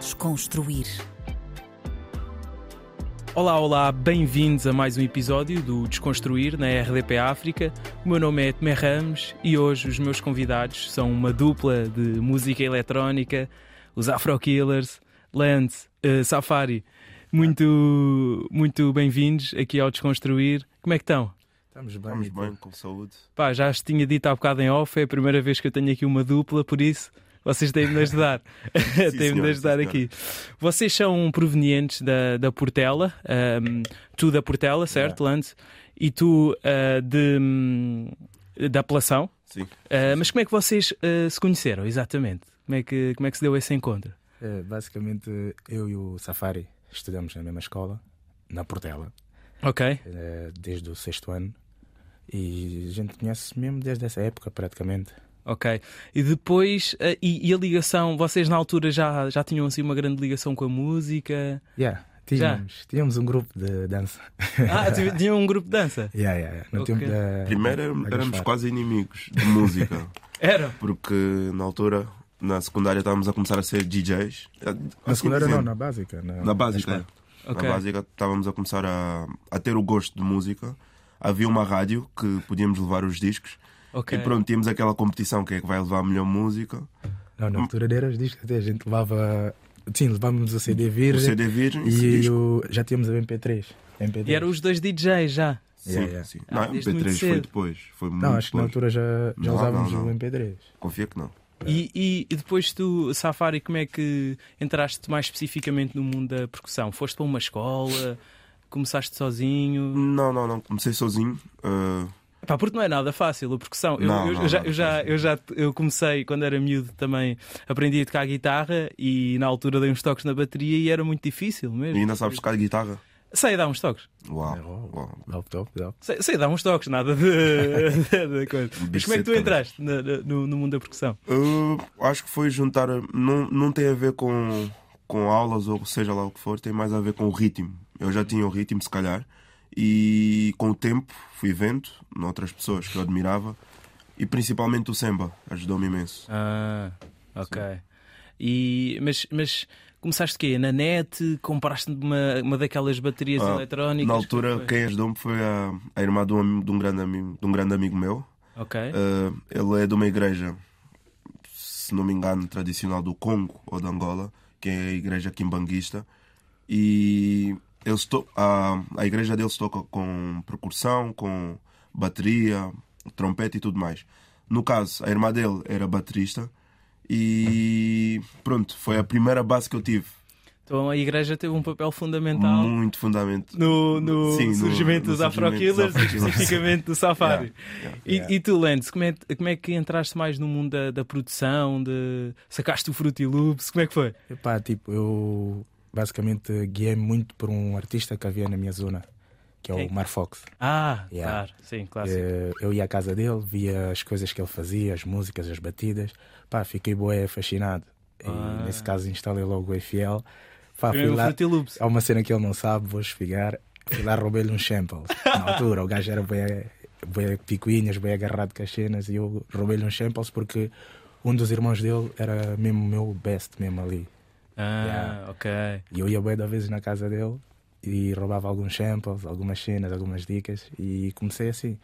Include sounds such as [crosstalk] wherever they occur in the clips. Desconstruir. Olá, olá, bem-vindos a mais um episódio do Desconstruir na RDP África. O meu nome é Tomé Ramos e hoje os meus convidados são uma dupla de música eletrónica, os Afro Killers, Lance, eh, Safari. Muito, muito bem-vindos aqui ao Desconstruir. Como é que estão? Estamos bem. Estamos e bem, com saúde. Pá, já os tinha dito há bocado em off, é a primeira vez que eu tenho aqui uma dupla, por isso vocês têm-me de ajudar. [laughs] têm-me de senhora, ajudar [laughs] sim, aqui. Vocês são provenientes da, da Portela, ahm, tu da Portela, certo, Lance? E tu ah, de, hum, da Apelação. Sim. Ah, mas como é que vocês ah, se conheceram, exatamente? Como é, que, como é que se deu esse encontro? Eh, basicamente, eu e o Safari estudamos na mesma escola, na Portela, Ok, eh, desde o sexto ano. E a gente conhece mesmo desde essa época, praticamente. ok. E depois, ah, e, e a ligação, vocês na altura já, já tinham assim uma grande ligação com a [laughs] música? Yeah, tínhamos, tínhamos um grupo de dança. Ah, tinham um grupo de dança? Yeah, yeah, yeah. No Ok. tempo da. Primeiro éramos- da éramos Gaspar. quase [laughs] inimigos de música, Eram? porque na altura, na secundária, estávamos a começar a ser DJs. Na Assim secundária, não, dizendo, na básica. Na, Na básica. escola. é. Na básica estávamos a começar a, a ter o gosto de música. Havia uma rádio que podíamos levar os discos Ok. e pronto, tínhamos aquela competição: quem é que vai levar a melhor música? Não, Hum. na altura era os discos, até a gente levava. Sim, levávamos o CD O virgem. CD Virgem esse E disco. Hum, o... já tínhamos a MP3. MP3. E eram os dois DJs já. Sim, Yeah, yeah. sim. Ah, Não, desde muito MP3 foi cedo. depois. Foi muito Não, acho que na depois. altura já, já Não, usávamos não, não. o MP3. Confia que não. E, e- e depois tu, Safari, como é que entraste mais especificamente no mundo da percussão? Foste para uma escola? Começaste sozinho? Não, não, não. Comecei sozinho. ah, Pá, porque não é nada fácil a percussão. Eu, Não, eu- não, eu já, não, eu, já, não. eu já eu comecei, quando era miúdo também, aprendi a tocar guitarra e na altura dei uns toques na bateria e era muito difícil e mesmo. ainda sabes tocar guitarra? Sei dar uns toques. Uau, Uau. uau. Top, top, top. Sei, sei dar uns toques, nada de, [laughs] de Um coisa. Mas como é que tu Bicicleta. entraste na- na- no, no mundo da percussão? Eu acho que foi juntar. Não, não tem a ver com, com aulas ou seja lá o que for, tem mais a ver com o ritmo. Eu já tinha o ritmo, se calhar, e com o tempo fui vendo noutras pessoas que eu admirava e principalmente o Semba, ajudou-me imenso. Ah, ok. E, mas, mas começaste quê? Na net? Compraste uma, uma daquelas baterias Ah, eletrónicas? é Na Que altura, foi? quem ajudou-me foi a, a irmã de um, ami- de um grande, ami- de um grande amigo meu. Ok. Eh, ele é de uma igreja, se não me engano, tradicional do Congo ou de Angola, que é a igreja quimbanguista. E eles to- a, a igreja deles toca com percussão, com bateria, trompete e tudo mais. No caso, a irmã dele era baterista e pronto, foi a primeira base que eu tive. Então a igreja teve um papel fundamental Muito fundamento. no, no Hum, Sim, no- surgimento no dos surgimento Afro Killers, dos Afro Killers. especificamente do Safari. [laughs] Yeah, E- E, tu, Lance, como é, como é que entraste mais no mundo da, da produção? De... Sacaste o Fruity Loops? Como é que foi? Epá, tipo, eu basicamente guiei-me muito por um artista que havia na minha zona, que é Quem? o Mar Fox. Ah, Yeah. claro, sim, claro. Eh, Eu ia à casa dele, via as coisas que ele fazia, as músicas, as batidas. Pá, fiquei boé fascinado. Ah. E nesse caso instalei logo o FL. Pá, fui Primeiro o lá. Fruity Loops. Há uma cena que ele não sabe, vou espigar. Fui lá, roubei-lhe uns samples. Na altura, o gajo era bem, bem picuinhas, bem agarrado com as cenas. E eu roubei-lhe uns samples porque um dos irmãos dele era mesmo o meu best, mesmo ali. Ah, Yeah. ok. E eu ia bem da vezes na casa dele e roubava alguns samples, algumas cenas, algumas dicas. E comecei assim.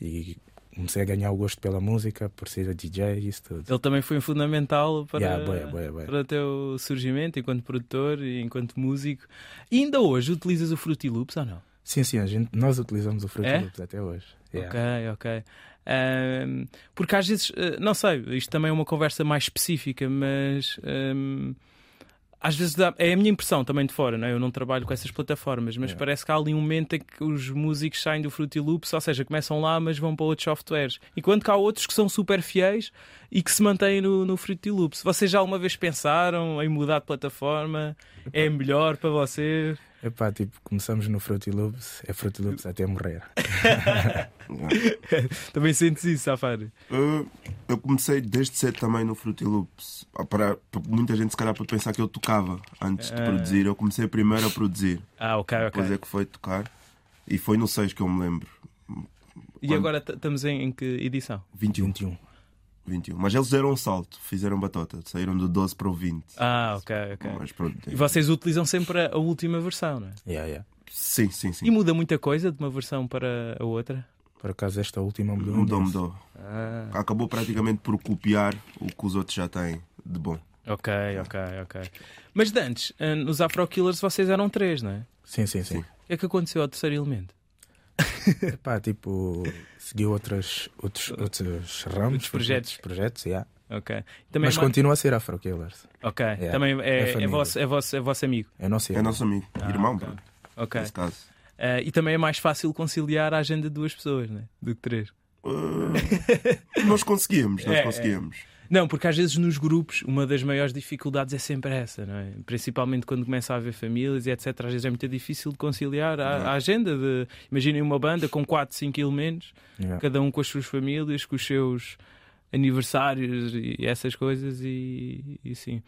E comecei a ganhar o gosto pela música, por ser DJ e isso tudo. Ele também foi um fundamental para, Yeah, bué, bué, bué. para o teu surgimento enquanto produtor e enquanto músico. E ainda hoje utilizas o Fruity Loops ou não? Sim, sim, a gente, nós utilizamos o Fruity É? Loops até hoje. É. Ok, Yeah. ok. Ahm, porque às vezes, ah, não sei, isto também é uma conversa mais específica, mas ahm, às vezes dá- é a minha impressão também de fora, não é? Eu não trabalho com essas plataformas, É. mas Yeah. parece que há ali um momento em que os músicos saem do Fruity Loops, ou seja, começam lá, mas vão para outros softwares. Enquanto que há outros que são super fiéis e que se mantêm no, no Fruity Loops. Vocês já alguma vez pensaram em mudar de plataforma? É melhor para vocês? Epá, tipo, começamos no Fruity Loops, é Fruity Loops até morrer. Também sentes isso, Safari? Eu, Ah, eu comecei desde cedo também no Fruity Loops. Ah, Para, para muita gente, se calhar, para pensar que eu tocava antes de Ah. produzir. Eu comecei primeiro a produzir, Ah, ok, ok. depois é que foi tocar. E foi no 6 que eu me lembro. E Quando- agora t- estamos em, em que edição? 21. 21. 21. Mas eles deram um salto, fizeram batota, saíram do 12 para o 20. Ah, ok, ok. Mas pronto. E vocês utilizam sempre a a última versão, não é? Yeah, yeah. Sim, sim, E sim. muda muita coisa de uma versão para a outra? Por acaso, esta última mudou. Mudou, imenso. mudou. Ah, Acabou praticamente por copiar o que os outros já têm de bom. ok, ok, ok. Mas de antes, eh, nos Afro Killers vocês eram três, não é? Sim, sim, sim. O que é que aconteceu ao terceiro elemento? Epá, tipo, seguiu outras, outros, outros ramos. Uh, Outros projetos. outros projetos yeah. Ok. Também Mas é ma- continua a ser Afro Killers. Ok. Yeah. Também É é, é, família. vosso, é, vosso, é vosso amigo. Eu não sei. É nosso amigo, irmão, Ah, ok. pronto, Ok. nesse caso. Eh, e também é mais fácil conciliar a agenda de duas pessoas, né? Do que três. Ah, nós conseguimos, nós É, é. conseguimos. Não, porque às vezes nos grupos uma das maiores dificuldades é sempre essa, não é? Principalmente quando começa a haver famílias e etc. Às vezes é muito difícil de conciliar a, a agenda. de Imaginem uma banda com 4, 5 elementos, Yeah. cada um com as suas famílias, com os seus aniversários e essas coisas e, e sim.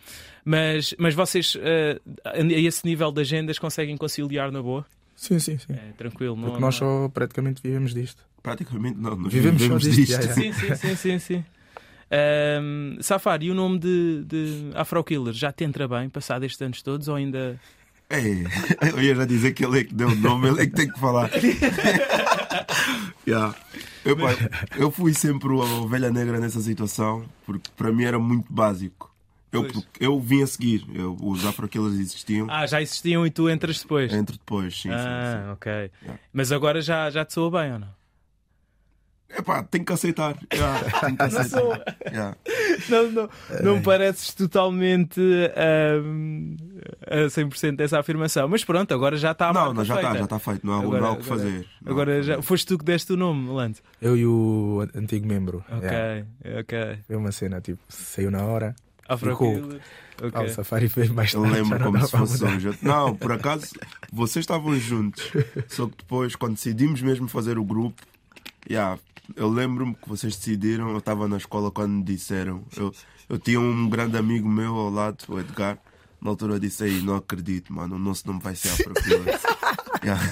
Mas, mas vocês eh, a esse nível de agendas conseguem conciliar na boa? Sim, sim, sim. É, tranquilo, não Porque nós não- só praticamente vivemos disto. Praticamente não, nós Vivemos vivemos, só disto, é, disto. já, já. Sim, sim, sim, sim, sim. Ahm, Safari, e o nome de, de Afro Killer já te entra bem, passado estes anos todos, ou ainda. É, eu ia já dizer que ele é que deu o nome, ele é que tem [laughs] que falar. Yeah. Epá, eu fui sempre a ovelha negra nessa situação, porque para mim era muito básico. Eu, Pois. porque eu vim a seguir, eu, os afroquillers existiam, Ah, já existiam e tu entras depois. entre depois, sim, sim, ah, ok. Yeah. Mas agora já, já te soa bem ou não? sim. Epá, tenho que aceitar. Yeah, [laughs] tenho que aceitar. Yeah. Não, não, É. não me pareces totalmente ahm, a 100% dessa afirmação. Mas pronto, agora já está a Não, marca não, já está, Tá feita. já está feito, não há, Agora- não há o que agora- fazer. Não há o Agora que já fazer. foste tu que deste o nome, Lante. Eu e o antigo membro. Ok, yeah. É. ok. Foi uma cena, tipo, saiu na hora. Afro Ficou. Killer. Ok. Ah, o Safari fez mais Eu tarde, lembro já não como dá se para fosse mudar. hoje. Não, por acaso, vocês estavam juntos. Só que depois, quando decidimos mesmo fazer o grupo, yeah, eu lembro-me que vocês decidiram. Eu estava na escola quando me disseram. Eu, eu tinha um grande amigo meu ao lado, o Edgar. Na altura eu disse aí, não acredito, mano, o nosso nome vai ser [laughs] Afrofilers. yeah.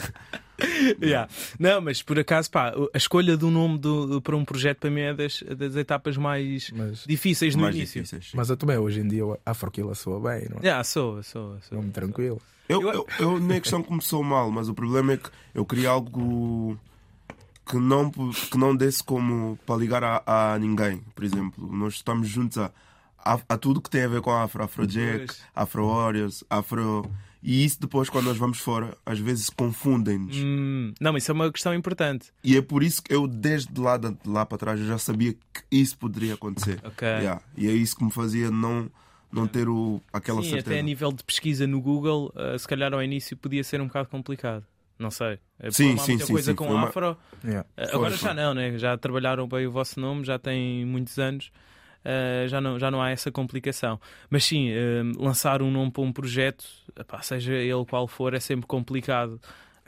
Yeah. Não, mas por acaso, pá, a escolha do nome do- do- para um projeto para mim é das, das etapas mais Mas- difíceis no Mais início. difíceis. Mas eu também, hoje em dia, a Forquila soa bem, não é? Yeah, sou, sou, sou. Nome tranquilo. Eu, eu, eu nem a questão começou mal, mas o problema é que eu queria algo que não, que não desse como para ligar a, a ninguém, por exemplo. Nós estamos juntos a, a, a tudo que tem a ver com a Afro, Afrojack, Pois. Afro Warriors, Afro. E isso depois, quando nós vamos fora, às vezes confundem-nos. Hum, não, mas isso é uma questão importante. E é por isso que eu, desde lá, de lá para trás, eu já sabia que isso poderia acontecer. Ok. Yeah. E é isso que me fazia não, não ter o, aquela Sim, certeza. até a nível de pesquisa no Google, ah, se calhar ao início podia ser um bocado complicado. Não sei. É, Sim, como há sim, muita sim, coisa sim, com foi uma- afro. Yeah. Ah, Agora Foi, foi. já não, né? Já trabalharam bem o vosso nome, já tem muitos anos. ah, já, não, já não há essa complicação. Mas sim, ah, lançar um nome para um projeto, epá, seja ele qual for, é sempre complicado.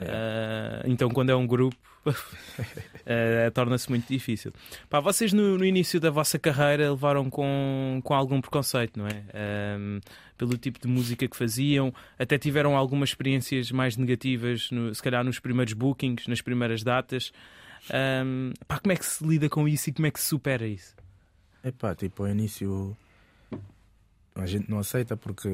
Ah, então, quando é um grupo, [laughs] ah, torna-se muito difícil. Pá, vocês no, no início da vossa carreira levaram com, com algum preconceito, não é? Ah, pelo tipo de música que faziam, até tiveram algumas experiências mais negativas, no- se calhar nos primeiros bookings, nas primeiras datas. Ahm, pá, como é que se lida com isso e como é que se supera isso? Epá, tipo, ao início a gente não aceita porque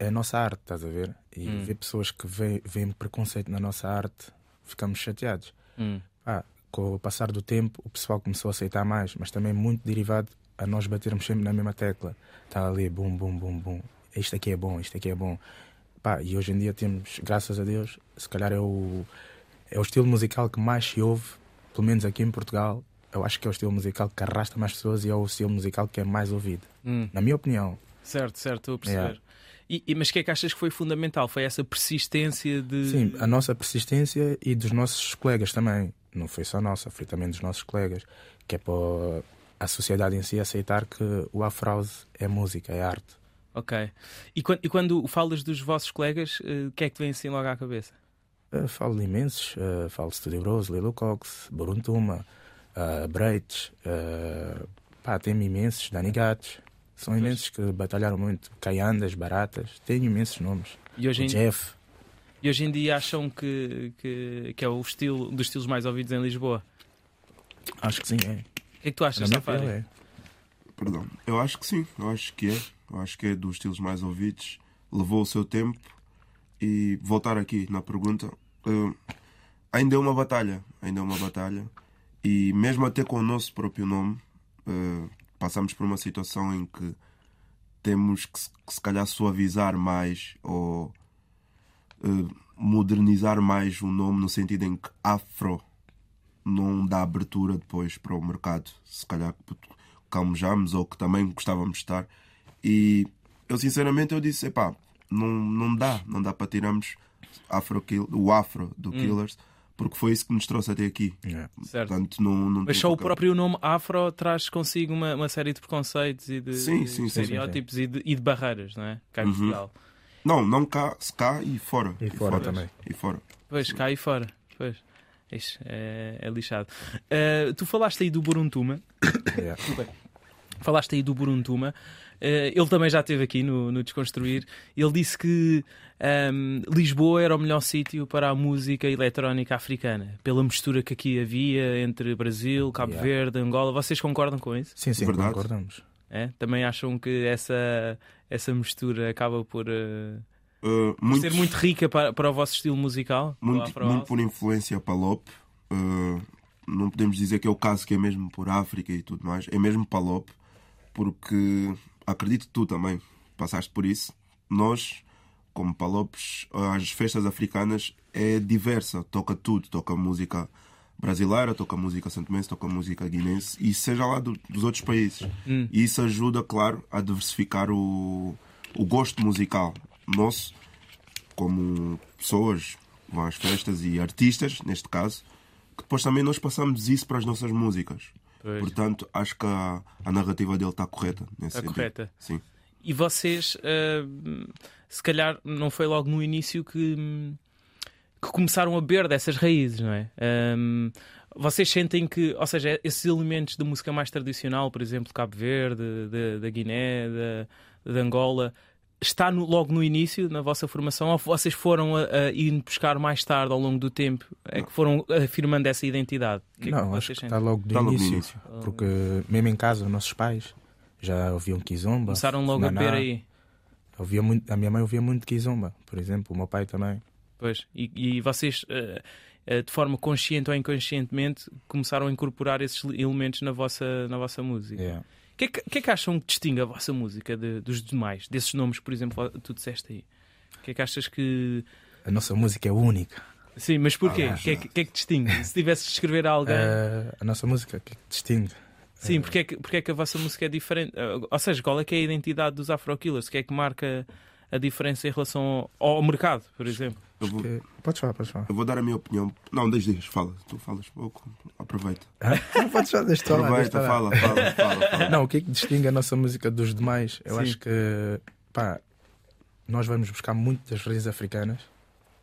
é a nossa arte, estás a ver? E Hum. ver pessoas que veem, veem preconceito na nossa arte, ficamos chateados. Pá, Ah, com o passar do tempo, o pessoal começou a aceitar mais, mas também muito derivado a nós batermos sempre na mesma tecla. Está ali, bum, bum, bum, bum. Isto aqui é bom, isto aqui é bom. Pá, e hoje em dia temos, graças a Deus, se calhar é o, é o estilo musical que mais se ouve, pelo menos aqui em Portugal. Eu acho que é o estilo musical que arrasta mais pessoas e é o estilo musical que é mais ouvido. Hum. Na minha opinião, Certo, certo, estou a perceber. Yeah. E, e- mas o que é que achas que foi fundamental? Foi essa persistência de. Sim, a nossa persistência e dos nossos colegas também. Não foi só nossa, foi também dos nossos colegas. Que é para a sociedade em si aceitar que o Afro House é música, é arte. Ok. E quando, e quando falas dos vossos colegas, eh, o que é que te vem assim logo à cabeça? Eh, falo de imensos, eh, falo de Studio Bros, Lilo Cox, Buruntuma, uh, Breites, eh, pá, tem imensos, Dani Gatos. São imensos que batalharam muito. Caiandas, Baratas, tem imensos nomes. E hoje, O em, Jeff, e hoje em dia acham que, que, que é o estilo dos estilos mais ouvidos em Lisboa? acho que sim, O é. que é que tu achas, Na minha Safari? opinião, é. Perdão. Eu acho que sim, eu acho que é. Eu acho que é dos estilos mais ouvidos. Levou o seu tempo e voltar aqui na pergunta. eh, ainda é uma batalha, ainda é uma batalha. E mesmo até com o nosso próprio nome, eh, passamos por uma situação em que temos que se, que se calhar suavizar mais ou eh, modernizar mais o nome no sentido em que afro não dá abertura depois para o mercado, se calhar que calmejamos ou que também gostávamos de estar. E eu sinceramente eu disse, epá, não, não dá, não dá para tirarmos afro Kill- o afro do Killers, porque foi isso que nos trouxe até aqui. é. Yeah. Hum. Certo. Portanto, não, não Mas tem só o qualquer- próprio nome afro traz consigo uma, uma série de preconceitos e de Sim, de sim, sim, Uhum. sim, sim. estereótipos E, de, e de barreiras, não é? Cá em Portugal. Não, não cá, se cá e fora. E fora também. E fora. Pois, cá e fora. Pois. Ixi, é, é lixado. Ah, tu falaste aí do Buruntuma. Yeah. Falaste aí do Buruntuma. Eh, ele também já esteve aqui no, no Desconstruir. Ele disse que ahm, Lisboa era o melhor sítio para a música eletrónica africana, pela mistura que aqui havia entre Brasil, Cabo Yeah. Verde, Angola. Vocês concordam com isso? Sim, sim, Verdade. concordamos. É? Também acham que essa, essa mistura acaba por eh, Uh, muitos- ser muito rica para, para o vosso estilo musical? Do muito, Afro muito House? por influência Palop. Uh, não podemos dizer que é o caso que é mesmo por África e tudo mais. É mesmo Palop, porque acredito que tu também passaste por isso. Nós, como Palopes, as festas africanas é diversa, toca tudo, toca música brasileira, toca música santomense, toca música guinense e seja lá do- dos outros países. E isso ajuda, claro, a diversificar o, o gosto musical nosso como pessoas que vão às festas e artistas, neste caso, que depois também nós passamos isso para as nossas músicas. Pois. Portanto, acho que a, a narrativa dele está correta. Nesse Está sentido. correta. Sim. E vocês, ah, se calhar, não foi logo no início que, que começaram a beber dessas raízes, não é? Ahm, vocês sentem que, ou seja, esses elementos de música mais tradicional, por exemplo, de Cabo Verde, da- da Guiné, da- de Angola, está no- logo no início na vossa formação ou vocês foram a, a ir buscar mais tarde, ao longo do tempo, é que foram afirmando essa identidade? O que é que não, acho vocês que sentem? Ah. está Tá logo do Está logo no início, início. Porque mesmo em casa, nossos pais já ouviam Kizomba. Começaram logo a Naná. beber aí. Ouvia muito, a minha mãe ouvia muito Kizomba, por exemplo, o meu pai também. Pois, e, e vocês, eh, eh, de forma consciente ou inconscientemente, começaram a incorporar esses le- elementos na vossa, na vossa música. O Yeah. que, é que, que é que acham que distingue a vossa música de- dos demais? Desses nomes, por exemplo, tu disseste aí. O que é que achas que. A nossa música é única. Sim, mas porquê? Ah, O que, é que, que é que distingue? [laughs] Se tivesse de escrever a alguém. Eh, a nossa música que distingue. Sim, porque Ah, é, que, porque é que a vossa música é diferente? Eh, Ou seja, qual é que é a identidade dos Afro Killers? O que é que marca a diferença em relação ao, ao mercado, por exemplo? Eu vou, Que... é. Podes falar, podes falar. eu vou dar a minha opinião. Não, desde dias, fala. Tu falas pouco. Aproveita. Não tá podes falar, deixa-te falar, Aproveita, deixa-te Então falar. fala, fala, fala. [laughs] fala. Não, o que é que distingue a nossa música dos demais? Eu Sim. acho que, pá, nós vamos buscar muito das raízes africanas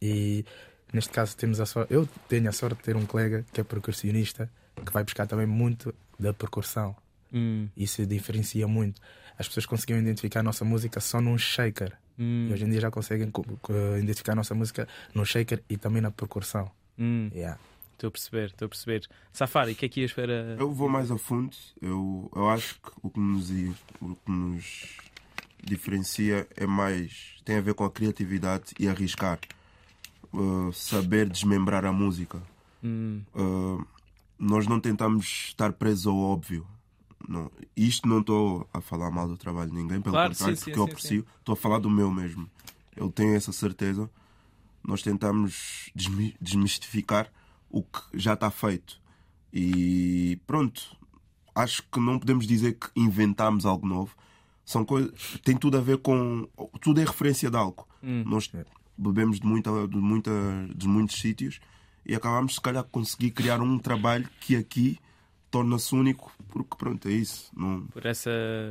e, neste caso, temos a sorte. Eu tenho a sorte de ter um colega que é percussionista que vai buscar também muito da percussão. Hum, Isso diferencia muito. As pessoas conseguiam identificar a nossa música só num shaker. hum, E hoje em dia já conseguem co- co- identificar a nossa música num shaker e também na percussão. hum. Yeah. Estou a perceber, estou a perceber. Safari, o que é que ias para. Eu vou mais a fundo. Eu, eu acho que o que, nos, i- o que nos diferencia é mais. tem a ver com a criatividade e arriscar. Uh, saber desmembrar a música. Hum. Uh, nós não tentamos estar presos ao óbvio. Não, isto não estou a falar mal do trabalho de ninguém, pelo Claro, contrário, sim, sim, porque eu sim, aprecio. Estou a falar do meu mesmo. Eu tenho essa certeza. Nós tentamos desmi- desmistificar o que já está feito. E pronto, acho que não podemos dizer que inventámos algo novo. São coisas, tem tudo a ver com. Tudo é referência de algo. Nós bebemos de, muita, de, muita, de muitos sítios e acabamos, se calhar, conseguir criar um trabalho que aqui torna-se único, porque pronto, é isso. Não, Por essa,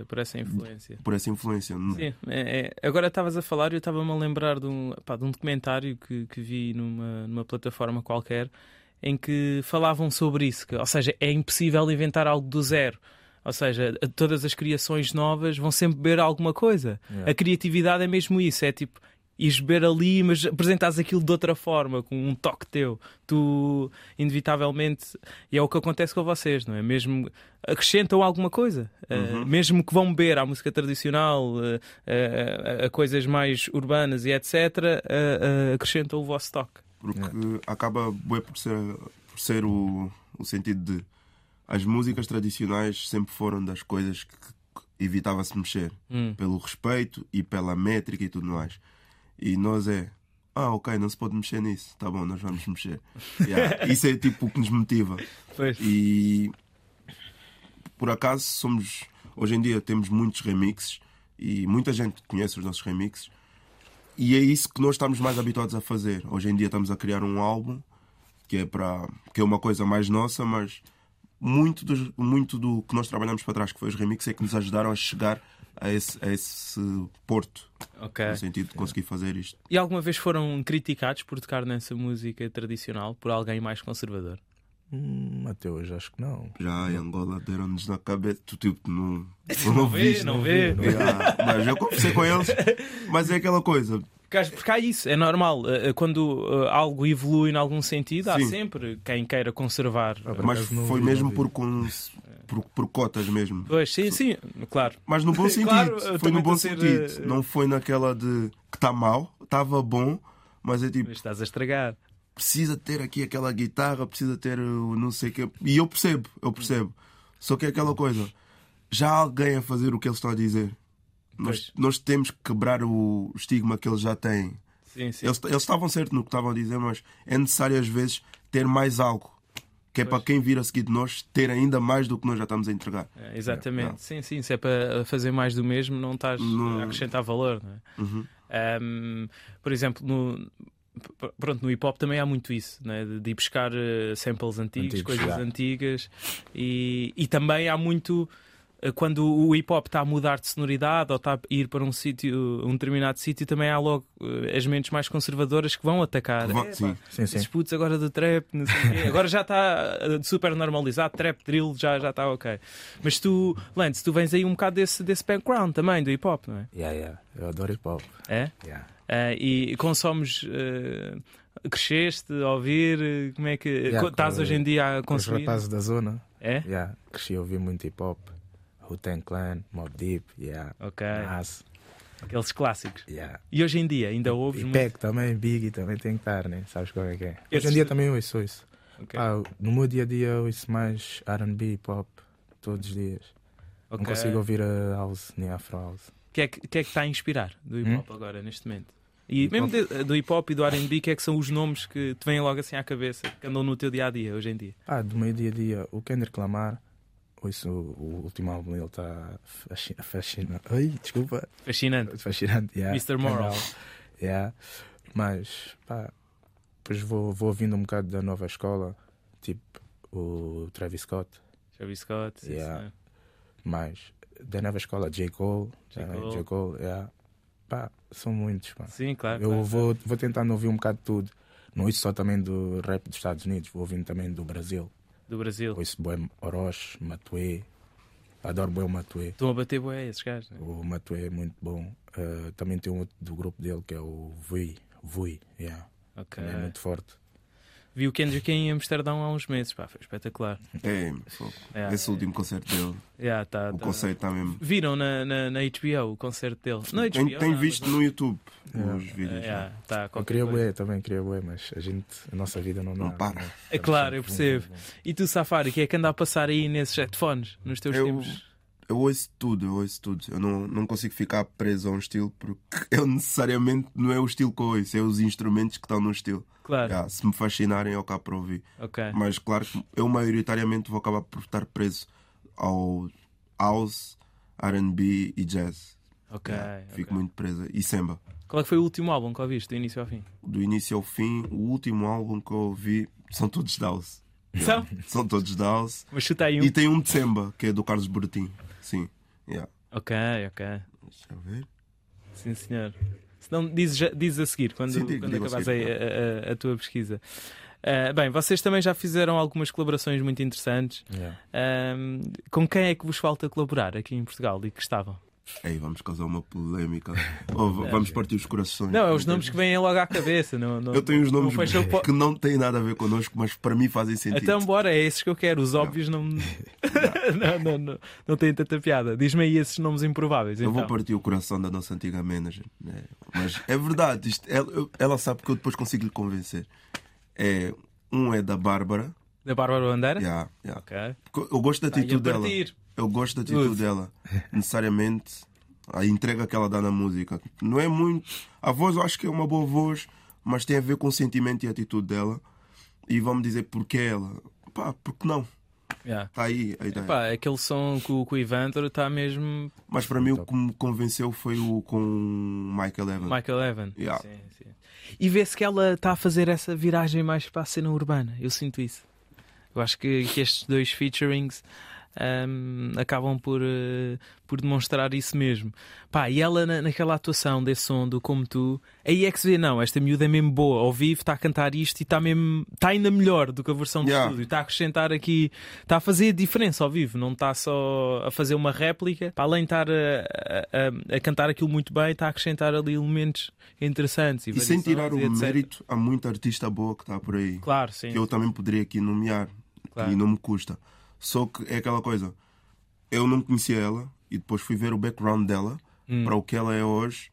por essa influência. por essa influência. Não- Sim, é- é- agora estavas a falar e eu estava-me a lembrar de um, pá, de um documentário que, que vi numa, numa plataforma qualquer em que falavam sobre isso. que- ou seja, é impossível inventar algo do zero. Ou seja, a- todas as criações novas vão sempre beber alguma coisa. A criatividade é mesmo isso. É tipo, e esbeber ali, mas apresentares aquilo de outra forma, com um toque teu. Tu, inevitavelmente, e é o que acontece com vocês, não é? Mesmo acrescentam alguma coisa, eh, mesmo que vão beber à música tradicional, eh, eh, a, a coisas mais urbanas e etc., eh, eh, acrescentam o vosso toque. Porque acaba bué por ser, por ser o, o sentido de as músicas tradicionais sempre foram das coisas que, que evitava-se mexer pelo respeito e pela métrica e tudo mais. E nós é ah, ok, não se pode mexer nisso, tá bom, nós vamos mexer. Yeah, Isso é tipo o que nos motiva. Pois. E por acaso somos hoje em dia temos muitos remixes e muita gente conhece os nossos remixes e é isso que nós estamos mais habituados a fazer. Hoje em dia estamos a criar um álbum que é para que é uma coisa mais nossa, mas muito do, muito do que nós trabalhamos para trás, que foi os remixes, é que nos ajudaram a chegar a esse, a esse porto, Ok. no sentido de conseguir fazer isto. E alguma vez foram criticados por tocar nessa música tradicional por alguém mais conservador? Hum, até hoje acho que não. Já em Angola deram-nos na cabeça, tu tipo, não, não, vê, [laughs] ouviste, não vê. Yeah, Ah, mas eu conversei com eles, mas é aquela coisa, Porque acho- Porque há isso, é normal. eh, eh, Quando eh, algo evolui em algum sentido, há Sim. sempre quem queira conservar. Por Mas acaso não foi vi, mesmo não vi. por, cons- por, por cotas mesmo. Pois, sim, sim, claro. Mas no bom sentido. Claro, eu foi também no tô a bom ser, sentido. eh, Não foi naquela de que está mal, estava bom, mas é tipo, Mas estás a estragar. precisa ter aqui aquela guitarra, precisa ter o não sei o quê. E eu percebo, eu percebo. Só que é aquela coisa, já há alguém a fazer o que eles estão a dizer. Nós, nós temos que quebrar o estigma que eles já têm. Sim, sim. Eles eles estavam certos no que estavam a dizer, mas é necessário às vezes ter mais algo. Que é para quem vir a seguir de nós ter ainda mais do que nós já estamos a entregar. É, Exatamente, Não. sim, sim. Se é para fazer mais do mesmo, não estás a acrescentar valor, não é? Um, por exemplo, no, pr- pronto, no hip hop também há muito isso, não é? de, de ir buscar eh, samples antigos, Antigos, coisas já. antigas, e, e também há muito. eh, Quando o hip hop está a mudar de sonoridade ou está a ir para um sítio, um determinado sítio, também há logo eh, as mentes mais conservadoras que vão atacar. É, Vão- "Epá, sim. Sim, esses sim. putos agora do trap, não sei [laughs] o quê. Agora já está eh, super normalizado, trap, drill, já já está ok. Mas tu, Lance, tu vens aí um bocado desse, desse background também, do hip hop, não é? Yeah, yeah. Eu adoro hip hop. É? Yeah. Ah, e consomes. eh, cresceste a ouvir? eh, Como é que. Yeah, co- estás com- hoje em dia a Com os consumir? rapazes da zona, É? yeah. cresci a ouvir muito hip hop. Wu-Tang Clan, Mob Deep, yeah. Ok. Nas, Aqueles clássicos. yeah. E hoje em dia ainda ouves Ah. E muito. Peck também, Biggie também tem que estar, né? Sabes como é que é? Hoje Esses- em dia também eu ouço isso. Ok. Ah, no meu dia a dia eu ouço mais RB, hip hop, todos os dias. Ok. Não consigo ouvir a house nem a afro house. O que é que, o que é que está a inspirar do hip Hum? hop agora, neste momento? E Hip mesmo hop. de- do hip hop e do RB, o que é que são os nomes que te vêm logo assim à cabeça, que andam no teu dia a dia hoje em dia? Ah, do meu dia a dia, o Kendrick Lamar, ouço o o último álbum dele está fascinante. Fascina, ai, desculpa, Fascinante. fascinante. Yeah. Mr. Moral. Yeah. É, Mas, pá, depois vou, vou ouvindo um bocado da nova escola, tipo o Travis Scott, Travis Scott. sim, Yeah. senhor. mas da nova escola J. Cole, J. já não é? Cole. Ah, J. Cole, yeah. pá, são muitos, pá. Sim, claro. Eu claro. vou, vou tentando ouvir um bocado de tudo. Não ouço só também do rap dos Estados Unidos, vou ouvindo também do Brasil. Do Brasil. Ouço Boem Orochi, Matuê. Adoro Boem Matuê. Estão a bater bué esses gajos, né? O Matuê é muito bom. Ah, também tem um outro do grupo dele que é o Vui. Vui, yeah. Ok. Também é muito forte. Vi o Kendrick em Amsterdão há uns meses, pá, foi espetacular. É, pô, Yeah. esse último concerto dele, Yeah, tá, o tá. conceito está mesmo. Viram na, na, na HBO o concerto dele? Não, HBO, Tem, tem não, visto mas- É. no YouTube os vídeos. né? Yeah, tá, Eu qualquer queria coisa. bué, também queria bué, mas a gente, a nossa vida não, Não dá, para. né? É claro, eu percebo. E tu, Safari, o que é que anda a passar aí nesses headphones, nos teus Eu- tempos? Eu ouço tudo, eu ouço tudo. Eu não, não consigo ficar preso a um estilo porque [laughs] eu necessariamente não é o estilo que eu ouço, é os instrumentos que estão no estilo. Claro, Yeah, se me fascinarem, eu cá para ouvir. ok. Mas claro que eu maioritariamente vou acabar por estar preso ao house, RB e jazz. ok, Yeah, ok. Fico muito presa. E samba. Qual é que foi o último álbum que ouviste, do início ao fim? Do início ao fim, o último álbum que eu ouvi são todos de house. São? São todos de house. Mas chuta aí um. E tem um de samba, que é do Carlos Bertin. Sim. Yeah. Ok, ok. Deixa eu ver. Sim, senhor. Se não, diz, já- diz a seguir, quando, Sim, digo, quando digo a acabares aí seguir, a, a- a tua pesquisa. Ah, bem, vocês também já fizeram algumas colaborações muito interessantes. Ah, Yeah. é Ahm, com quem é que vos falta colaborar aqui em Portugal e que estavam? Ei, vamos causar uma [laughs] polêmica. Ou v- vamos partir os corações. Não, é os nomes que vêm logo à cabeça. [laughs] Não, não- Eu tenho os não nomes fecha [laughs] o po- que não têm nada a ver connosco, mas para mim fazem sentido. Então, bora, é esses que eu quero. Os óbvios não. [laughs] [laughs] Não, não, não, não têm tanta piada. Diz-me aí esses nomes improváveis. Eu vou então. partir o coração da nossa antiga manager. né? Mas é verdade, isto- ela, eu- ela sabe que eu depois consigo lhe convencer. É, um é da Bárbara. Da Bárbara Bandeira? Yeah, yeah. Ok. Porque Eu gosto da Tá aí a atitude dela. partir. Eu gosto da atitude Uf. dela. Necessariamente a entrega que ela dá na música. Não é muito. A voz eu acho que é uma boa voz, mas tem a ver com o sentimento e a atitude dela. E vamos dizer porque é ela. Pá, porque não? Yeah. Está aí a ideia. Pá, aquele som com, com o Evandro está mesmo Mas para mim o que me convenceu foi o com o Michael Evans. Michael Evan. Yeah. Sim, sim. E vê-se que ela está a fazer essa viragem mais para a cena urbana. Eu sinto isso. Eu acho que, que estes dois featurings ahm, acabam por, eh, por demonstrar isso mesmo. Pá, e ela na- naquela atuação desse som do Como Tu, aí é que se vê, não, esta miúda é mesmo boa, ao vivo está a cantar isto e está mesmo, está ainda melhor do que a versão de Yeah. estúdio, está a acrescentar aqui, está a fazer diferença ao vivo, não está só a fazer uma réplica, para além de estar a, a- a- a cantar aquilo muito bem, está a acrescentar ali elementos interessantes. E, E sem variações tirar o e etc. mérito a muita artista boa que está por aí. Claro, sim. que eu também poderia aqui nomear Claro. e não me custa. Só que é aquela coisa, eu não conhecia ela e depois fui ver o background dela Hum. para o que ela é hoje.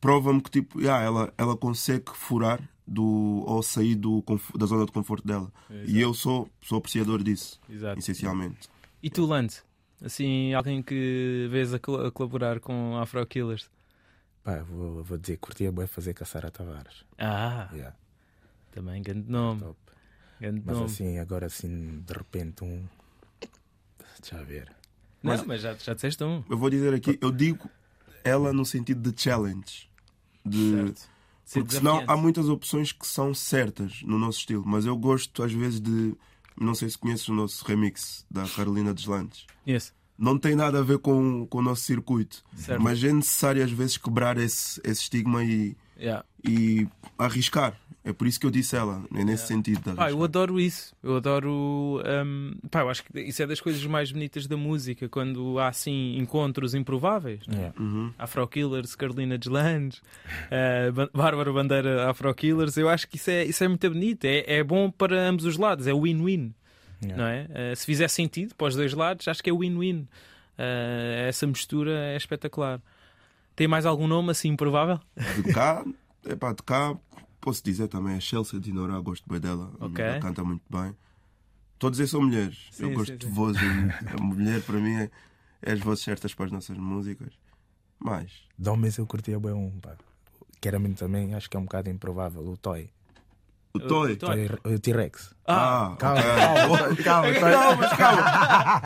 Prova-me que tipo, yeah, ela, ela consegue furar do, ou sair do, conf- da zona de conforto dela. E eu sou, sou apreciador disso, Exato. essencialmente. E tu, Lance? Assim, alguém que vês a, col- a colaborar com Afro Killers? Pá, vou, vou dizer, curtia bem fazer Caçara Tavares. Ah, Yeah, também grande nome. top. Grande Mas nome. assim, agora assim, de repente um. Deixa eu ver. Não, Mas- mas já, já disseste um. Eu vou dizer aqui, eu digo ela no sentido de challenge. De, Ser Porque senão há desafiante. muitas opções que são certas no nosso estilo, mas eu gosto às vezes de. Não sei se conheces o nosso remix da Carolina Deslandes. Yes. Não tem nada a ver com, com o nosso circuito, Certo. mas é necessário às vezes quebrar esse, esse estigma e, Yeah. e arriscar. É por isso que eu disse ela, é nesse sentido. de Pá, arriscar. eu adoro isso. Eu adoro. hum, pá, eu acho que isso é das coisas mais bonitas da música, quando há assim encontros improváveis. Né? Yeah. Uhum. Afro Killers, Carolina Deslandes, eh, Ba- Bárbara Bandeira Afro Killers. Eu acho que isso é, isso é muito bonito. É, é bom para ambos os lados, é win-win. Yeah. Não é? Eh, se fizer sentido para os dois lados, acho que é win-win. Eh, essa mistura é espetacular. Tem mais algum nome assim improvável? De cá, é pá, de cá, posso dizer também, a Chelsea de Norá, gosto bem dela. A Ok. mulher canta muito bem. Todos eles são mulheres. Sim, eu gosto sim, de sim. vozes. a mulher, para mim, é, é as vozes certas para as nossas músicas. Mas, De homens eu curtia bem um, pá. Que era mesmo também, acho que é um bocado improvável. O Toy. o Toy. Toy. [laughs] O T-Rex. Ah, Calma, [laughs] calma, calma, calma, calma.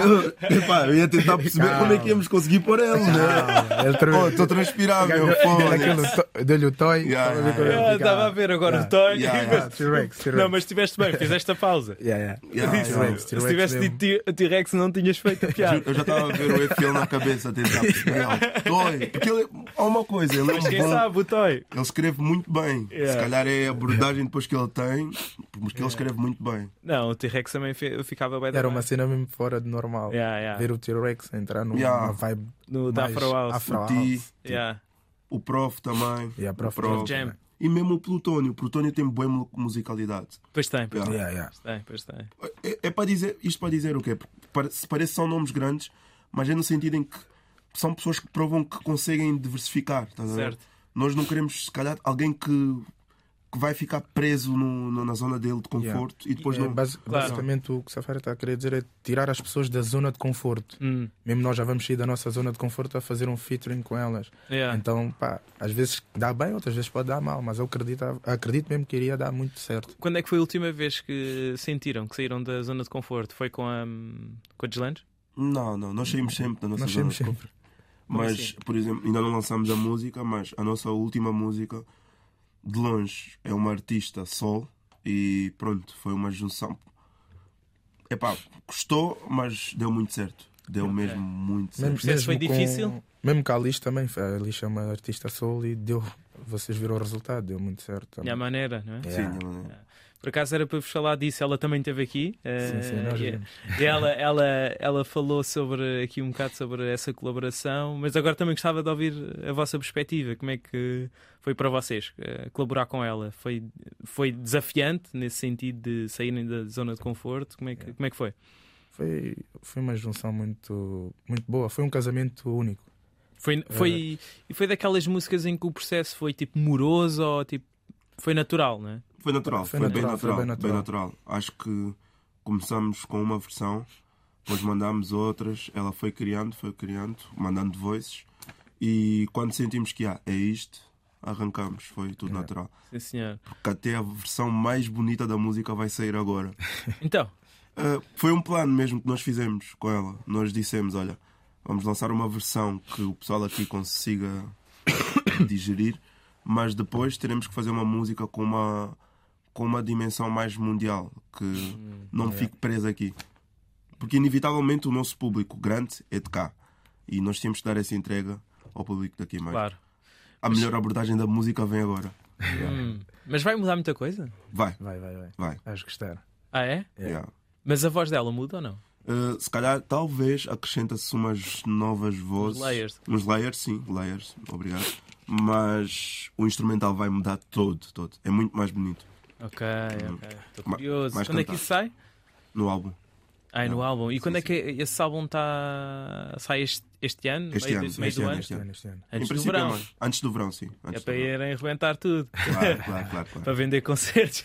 Epá, eu ia tentar perceber Calma. como é que íamos conseguir pôr ele, né? Ah. Ele tra- Oh, Estou transpirável, Aquele foda to- Deu-lhe o Toy. Oh, Yeah, estava a ver yeah, como ele Ah, ficava. Estava a ver agora Yeah. o Toy. Yeah, Ah, T-Rex, T-Rex. Não, mas estiveste [laughs] bem, fizeste a pausa. Yeah, yeah. Yeah, T-Rex, yeah. T-Rex Se tivesse mesmo. dito T- T-Rex, não tinhas feito a [laughs] piada. Eu já estava a ver o EFL na cabeça a tentar perceber. Ah, o Toy. Porque ele, há uma coisa, ele é Mas um quem bom sabe o Toy? Ele escreve muito bem. Yeah. Se calhar é a abordagem depois que ele tem, porque ele escreve muito bem. Não, o T-Rex também fi- ficava bem da Era uma mão. cena mesmo fora de normal. Yeah, yeah. Ver o T-Rex entrar numa Yeah. vibe No da mais Afro House. Afro O House. Ti, Yeah. o Prof também. Yeah, Prof. o prof. Jam. E mesmo o Plutónio. O Plutónio tem boa mu- musicalidade. Pois tem, pois Yeah. Yeah, yeah. tem, pois tem. É, é para dizer, isto para dizer o quê? Porque pare- se parece que são nomes grandes, mas é no sentido em que são pessoas que provam que conseguem diversificar. estás a ver? Certo. Nós não queremos, se calhar, alguém que, que vai ficar preso no- no- na zona dele de conforto e depois É, não. basi- Basicamente o que o Safari está a querer dizer é tirar as pessoas da zona de conforto. Hum. Mesmo nós já vamos sair da nossa zona de conforto a fazer um featuring com elas. Yeah. Então, pá, às vezes dá bem, outras vezes pode dar mal, mas eu acredito, acredito mesmo que iria dar muito certo. Quando é que foi a última vez que sentiram que saíram da zona de conforto? Foi com a, hum, com a Deslandes? Não, não, nós saímos sempre da nossa Nós zona temos de sempre. Mas, assim? por exemplo, ainda não lançamos a música, mas a nossa última música, de longe, é uma artista sol e pronto, foi uma junção. Epá, custou, mas deu muito certo. Deu mesmo muito certo. processo foi difícil? Mesmo com a Alice também, a Alice é uma artista soul e deu, vocês viram o resultado, deu muito certo. também. Minha maneira, não é? Sim, não é? Por acaso era para vos falar disso, ela também esteve aqui. eh, Sim, sim, nós e- vimos. e ela, ela, ela falou sobre aqui um bocado sobre essa colaboração, mas agora também gostava de ouvir a vossa perspectiva. Como é que foi para vocês eh, colaborar com ela? Foi, foi desafiante nesse sentido de saírem da zona de conforto? Como é que, como é que foi? Foi, foi uma junção muito, muito boa. Foi um casamento único. Foi, foi, É. e foi daquelas músicas em que o processo foi tipo moroso ou tipo. Foi natural, não é? Foi natural, Foi foi, natural, bem, natural, foi bem bem natural, Acho que começamos com uma versão, depois mandámos outras, ela foi criando, foi criando, mandando voices e quando sentimos que ah, é isto, arrancamos, foi É. tudo natural. Sim, senhor. Porque até a versão mais bonita da música vai sair agora. Então, Uh, foi um plano mesmo que nós fizemos com ela. Nós dissemos: olha, vamos lançar uma versão que o pessoal aqui consiga [coughs] digerir, mas depois teremos que fazer uma música com uma, com uma dimensão mais mundial, que não fique presa aqui. Porque, inevitavelmente, o nosso público grande é de cá e nós temos que dar essa entrega ao público daqui mais. claro. A melhor abordagem da música vem agora. Hum, Mas vai mudar muita coisa? Vai, Vai, vai, vai. vai. Acho que está. Ah, é? Yeah. Mas a voz dela muda ou não? Uh, se calhar, talvez, acrescenta-se umas novas vozes. Uns layers. Uns layers, sim, layers, obrigado. Mas o instrumental vai mudar todo, todo. É muito mais bonito Ok, ok. Estou Hum. Ma- curioso. mais Quando é que cantado. isso sai? no álbum. Ah, é no álbum. E quando é sim. que esse álbum tá... sai este, este ano? Este meio ano, do, meio este do ano, ano? este Este ano, este ano. em Antes do princípio, é verão. mais. antes do verão, sim. É Antes para do verão. irem arrebentar tudo. [laughs] Claro, claro, claro. claro. Para vender [laughs] concertos.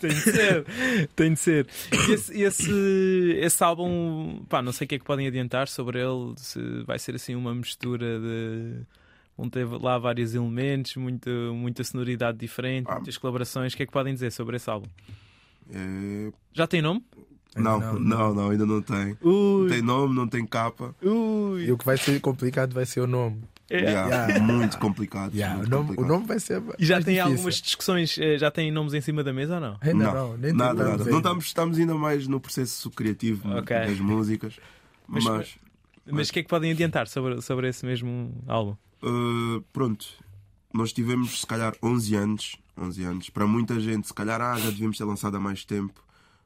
Tem de ser. Tem de ser. E esse, e esse, esse álbum, pá, não sei o que é que podem adiantar sobre ele. Se vai ser assim uma mistura de. Vão ter lá vários elementos, muito, muita sonoridade diferente, Ah. muitas colaborações. O que é que podem dizer sobre esse álbum? É, Já tem nome? Não, Não, não, não, ainda não tem. Não Ui, tem nome, não tem capa. ui. E o que vai ser complicado vai ser o nome. É. Yeah, Yeah. Muito complicado. Yeah, o, muito nome o complicado. nome vai ser. E já mais tem difícil. algumas discussões, eh, já tem nomes em cima da mesa ou não? Ainda não, nem nada, tentamos nada. ainda. Não estamos, estamos ainda mais no processo criativo Ok. das músicas. Mas- mas Mas o que é que podem adiantar sobre, sobre esse mesmo álbum? Uh, pronto, nós tivemos se calhar 11 anos, 11 anos. Para muita gente, se calhar ah, já devíamos ter lançado há mais tempo,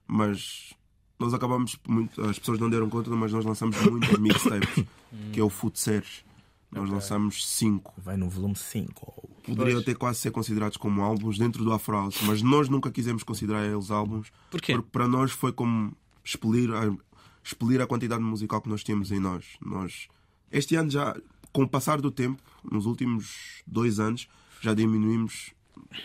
mas nós acabamos muito, as pessoas não deram conta, mas nós lançamos muitas mixtapes, que é o Futseres. Nós lançamos 5. Vai no volume 5. Poderiam até quase ser considerados como álbuns dentro do Afro House, mas nós nunca quisemos considerar eles álbuns, Porquê? porque para nós foi como expelir a, expelir a quantidade musical que nós tínhamos em nós. nós. Este ano já, com o passar do tempo, nos últimos dois anos, já diminuímos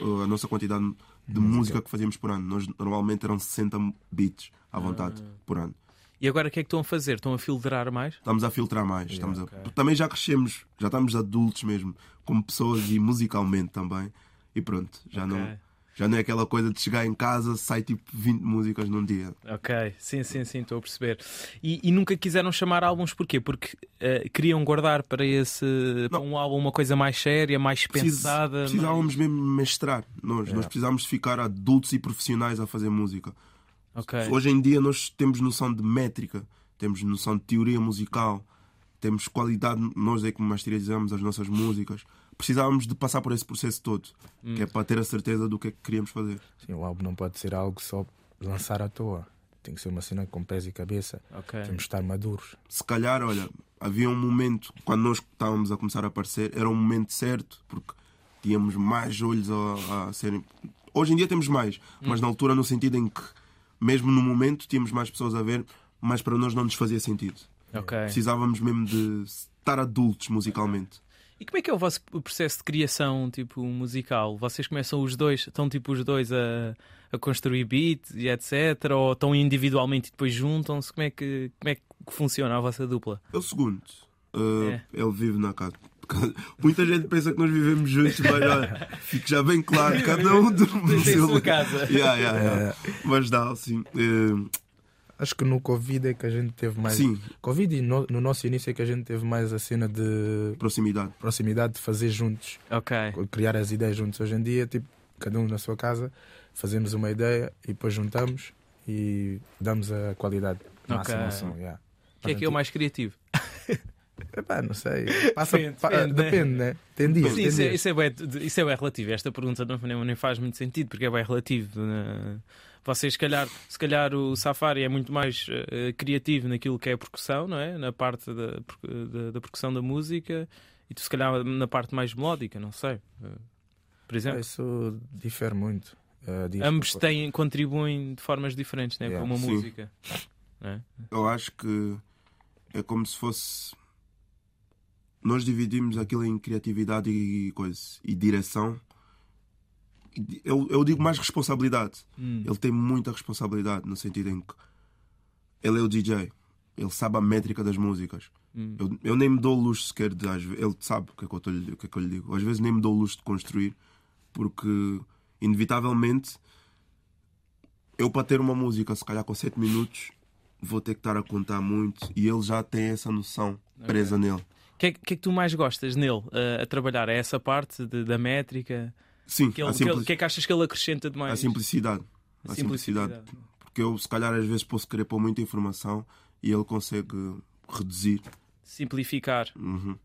uh, a nossa quantidade de música que fazíamos por ano. Nós normalmente eram 60 beats à vontade por ano. E agora o que é que estão a fazer? Estão a filtrar mais? Estamos a filtrar mais. estamos a- Também já crescemos, já estamos adultos mesmo, como pessoas e musicalmente também. E pronto, já não. Já não é aquela coisa de chegar em casa, sai tipo 20 músicas num dia. Ok, sim, sim, sim, estou a perceber. E, e nunca quiseram chamar álbuns porquê? Porque eh, queriam guardar para esse para um álbum uma coisa mais séria, mais Precis- pensada. é? precisávamos mesmo mestrar. Nós, nós precisávamos de ficar adultos e profissionais a fazer música. mais- Ok. Hoje em dia nós temos noção de métrica, temos noção de teoria musical, temos qualidade, nós é que masterizamos as nossas músicas. Precisávamos de passar por esse processo todo, que é Hum. para ter a certeza do que é que queríamos fazer. Sim, o álbum não pode ser algo só lançar à toa. Tem que ser uma cena com pés e cabeça. Ok. Temos de estar maduros. se calhar, olha, havia um momento, quando nós estávamos a começar a aparecer, era um momento certo, porque tínhamos mais olhos a, a serem. Hoje em dia temos mais, mas na altura, no sentido em que, mesmo no momento, tínhamos mais pessoas a ver, mas para nós não nos fazia sentido. Ok. Precisávamos mesmo de estar adultos musicalmente. E como é que é o vosso processo de criação tipo musical? Vocês começam os dois, estão tipo os dois a, a construir beats e etc? Ou estão individualmente e depois juntam-se? Como, é que- como é que funciona a vossa dupla? É o segundo. Uh, Ele vive na casa. Muita gente pensa que nós vivemos juntos, mas olha, fique já bem claro, cada um dorme no Tem a seu sua lugar. casa. Yeah, yeah, yeah. Mas dá, sim. Uh, É, Acho que no Covid é que a gente teve mais. Sim. Covid e no, no nosso início é que a gente teve mais a cena de proximidade. proximidade, de fazer juntos, Ok. é criar as ideias juntos. Hoje em dia, tipo, cada um na sua casa, fazemos uma ideia e depois juntamos e damos a qualidade máxima ao som. yeah. tipo, O que é que é o mais criativo? Epá, não sei. [laughs] Passa, Depende, depende, né? depende, depende, né? Tem dias, Sim, tem isso, é, dias. isso, é bué- isso é bué relativo. Esta pergunta não, nem- nem faz muito sentido, porque é bem relativo. né? Vocês, se calhar, se calhar o Safari é muito mais eh, criativo naquilo que é a percussão, não é? Na parte da, per- da, da percussão da música e tu, se calhar, na parte mais melódica, não sei. Eh, Por Ah, exemplo, Isso difere muito. ah, diz- ambos têm, contribuem de formas diferentes, não é? Yeah. Para uma Sim. música. né? Eu acho que é como se fosse. Nós dividimos aquilo em criatividade e coisa. E direção. E di- Eu, eu digo mais responsabilidade. Hum. Ele tem muita responsabilidade no sentido em que ele é o DJ. Ele sabe a métrica das músicas. Hum. Eu, eu nem me dou luxo sequer de. às ve- Ele sabe o que, é que eu tô lhe- o que é que eu lhe digo. Às vezes nem me dou luxo de construir, porque, inevitavelmente, eu para ter uma música, se calhar com 7 minutos, vou ter que estar a contar muito e ele já tem essa noção presa nele. O que, é, que que é que tu mais gostas nele eh, a trabalhar? É essa parte de- da métrica? Sim, O que, ele- a, que ele- simpli- que é que achas que ele acrescenta de mais? a simplicidade. A simplicidade. Porque eu, se calhar, às vezes posso querer pôr muita informação e ele consegue reduzir. Simplificar. [laughs] Uhum.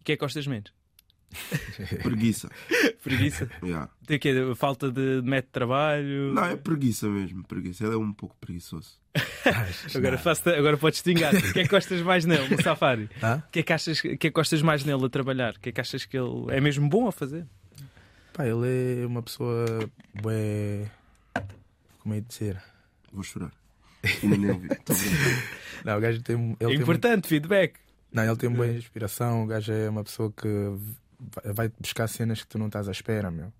O que é que gostas menos? Preguiça. Preguiça? Yeah. De quê? De Falta de método de trabalho? Não, é preguiça mesmo. Preguiça. Ele é um pouco preguiçoso. [laughs] Agora, né? faço agora podes tingar. O que é que gostas mais nele, no Safari? Hã? O que, é que achas... o que é que gostas mais nele a trabalhar? O que é que achas que ele é mesmo bom a fazer? Pá, ele é uma pessoa. Bué... Como é de dizer? Vou chorar. Ainda nem ouvi. [laughs] Tô brincando. Não, o gajo tem. Ele é tem importante, Uhum. feedback. Não, ele tem boa inspiração. O gajo é uma pessoa que vai- vai buscar cenas que tu não estás à espera, meu.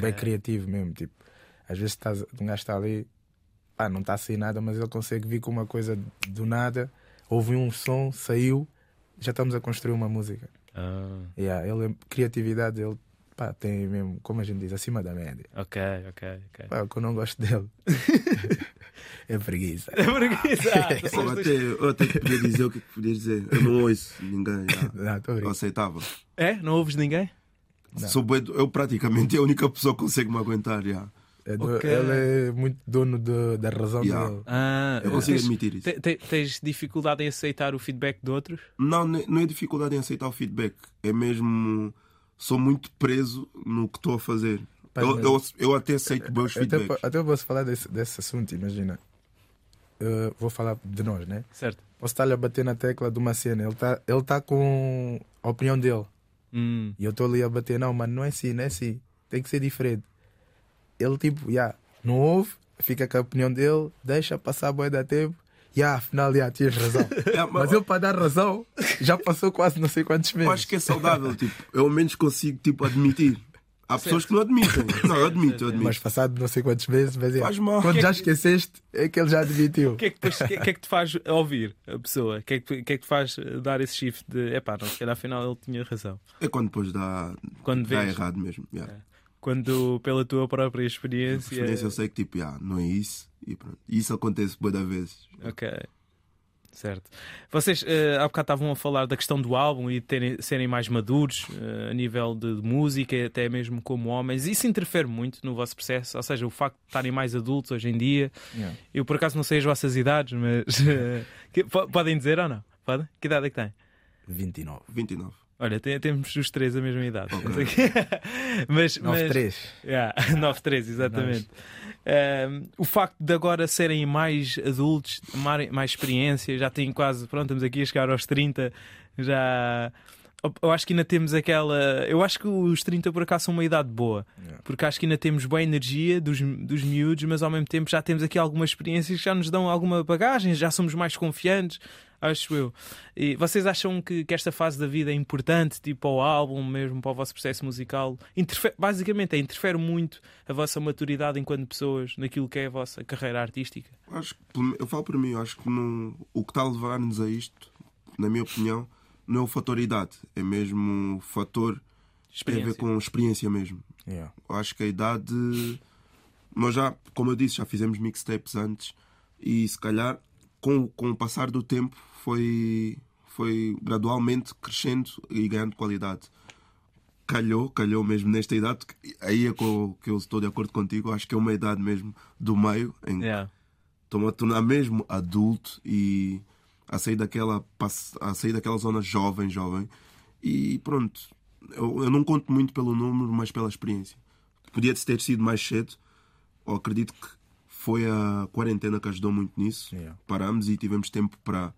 Bem criativo mesmo. Tipo, às vezes estás, um gajo está ali, pá, não está a sair nada, mas ele consegue vir com uma coisa do nada. Houve um som, saiu, já estamos a construir uma música. Ah, Yeah, ele, é, criatividade, ele pá, tem mesmo, como a gente diz, acima da média. ok, ok, ok. [laughs] Pá, o que eu não gosto dele [laughs] é preguiça. Preguiça! Ah, tu Eu sabes até, eu até te podia dizer o que é que podia dizer. Eu não ouço ninguém. [laughs] já. Não, estou a Eu brincar. aceitava. dois- É? Não ouves ninguém? Sou bué do- eu praticamente é a única pessoa que consegue me aguentar. já. É do- Ok. Ele é muito dono do- da razão Yeah. dele. Ah, Eu consigo tens- admitir isso. te- te- tens dificuldade em aceitar o feedback de outros? Não, ne- não é dificuldade em aceitar o feedback. É mesmo. Sou muito preso no que estou a fazer. Pai, Eu, mas- eu, eu até aceito bem os Até, po- feedbacks. até posso falar desse, desse assunto, imagina. Eu vou falar de nós, né? Certo. Posso estar-lhe a bater na tecla de uma cena. Ele está ele tá com a opinião dele. Hum. E eu estou ali a bater, não, mano, não é assim, não é assim. Tem que ser diferente. Ele, tipo, já, não ouve, fica com a opinião dele, deixa passar a boia da tempo. Já, afinal, já, tinhas razão. [laughs] É, mas- Mas eu, para dar razão, já passou quase não sei quantos meses. Eu acho que é saudável. Tipo, eu ao menos consigo tipo, admitir. Há pessoas que não admitem. Não, eu admito, eu Mas admito. passado não sei quantos meses, mas é. Faz mal. Quando já esqueceste, é que ele já admitiu. O que, é que, depois- o que é- o que é que te faz ouvir a pessoa? O que é que, o que, é que te faz dar esse shift de epá, não, se calhar afinal ele tinha razão? É quando depois dá, Quando dá vês. é errado mesmo. yeah. Quando pela tua própria experiência. experiência eu sei que tipo, ah, não é isso e pronto. E Isso acontece boa da vez. Ok. Certo. Vocês eh, há bocado estavam a falar da questão do álbum e de terem, serem mais maduros eh, a nível de, de música, até mesmo como homens. Isso interfere muito no vosso processo, ou seja, o facto de estarem mais adultos hoje em dia. Yeah. Eu por acaso não sei as vossas idades, mas [laughs] eh, que- po- podem dizer ou não? Podem? Que idade é que têm? 29. 29. Olha, te- temos os três a mesma idade. [laughs] mas, 9-3. 9-3. Yeah, [laughs] 9-3, exatamente. Ahm, o facto de agora serem mais adultos, tomarem mais experiência, já têm quase. Pronto, estamos aqui a chegar aos 30, já. Eu acho que ainda temos aquela. Eu acho que os 30 por acaso são uma idade boa. Yeah. Porque acho que ainda temos boa energia dos, dos miúdos, mas ao mesmo tempo já temos aqui algumas experiências que já nos dão alguma bagagem, já somos mais confiantes, acho eu. E vocês acham que, que esta fase da vida é importante, tipo ao álbum, mesmo para o vosso processo musical? Interfe- basicamente, é, interfere muito a vossa maturidade enquanto pessoas naquilo que é a vossa carreira artística? Acho que, pelo me- eu falo para mim, eu acho que não, o que está a levar-nos a isto, na minha opinião, não é o fator idade, é mesmo o fator que tem a ver Experiência. com experiência mesmo. Yeah. Eu acho que a idade. Nós já, como eu disse, já fizemos mixtapes antes e se calhar com, o- com o passar do tempo foi, foi gradualmente crescendo e ganhando qualidade. Calhou, calhou mesmo nesta idade, que- aí é com, que eu estou de acordo contigo, acho que é uma idade mesmo do meio em que Yeah. estou-me a tornar mesmo adulto e a sair daquela, pass- a sair daquela zona jovem, jovem. E pronto, eu, eu não conto muito pelo número, mas pela experiência. Podia ter sido mais cedo, ou acredito que foi a quarentena que ajudou muito nisso. Yeah. Paramos e tivemos tempo para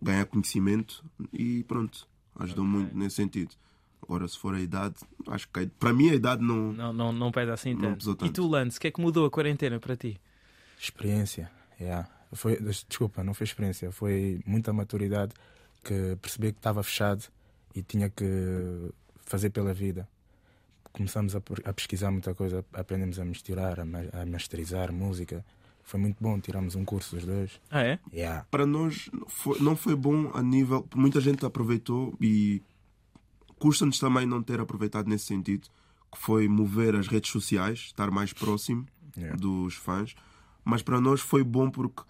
ganhar conhecimento e pronto, ajudou muito nesse sentido. Agora, se for a idade, acho que para mim a idade não. Não, não, não pesa assim Não tanto. pesou E tanto. tu, Lance, o que é que mudou a quarentena para ti? Experiência, yeah. foi, des- desculpa, não foi experiência, foi muita maturidade que percebi que estava fechado e tinha que fazer pela vida. Começamos a, por- a pesquisar muita coisa, aprendemos a misturar, a, ma- a masterizar música. Foi muito bom, tiramos um curso os dois. Ah, é? Yeah. Para nós foi- não foi bom a nível. Muita gente aproveitou e custa-nos também não ter aproveitado nesse sentido, que foi mover as redes sociais, estar mais próximo Yeah. dos fãs. Mas para nós foi bom porque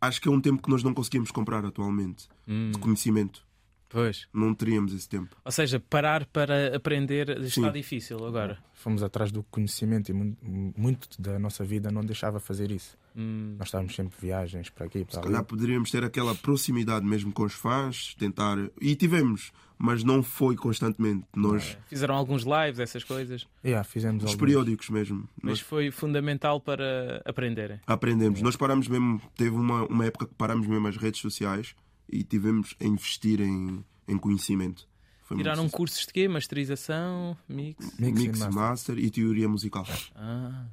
acho que é um tempo que nós não conseguimos comprar atualmente de conhecimento. Pois. Não teríamos esse tempo. Ou seja, parar para aprender está Sim. difícil agora. Fomos atrás do conhecimento e mu- muito da nossa vida não deixava fazer isso. Hum. Nós estávamos sempre viagens para aqui, para Se ali. calhar poderíamos ter aquela proximidade mesmo com os fãs, tentar. E tivemos, mas não foi constantemente. Nós, Fizeram alguns lives, essas coisas, Yeah, fizemos os alguns- periódicos mesmo, mas nós foi fundamental para aprenderem. aprendemos. Nós paramos mesmo, teve uma, uma época que paramos mesmo as redes sociais e tivemos a investir em, em conhecimento. Foi muito Tiraram sucesso. cursos de quê? Masterização, mix? Mix, mix, e master. master e teoria musical. Ah.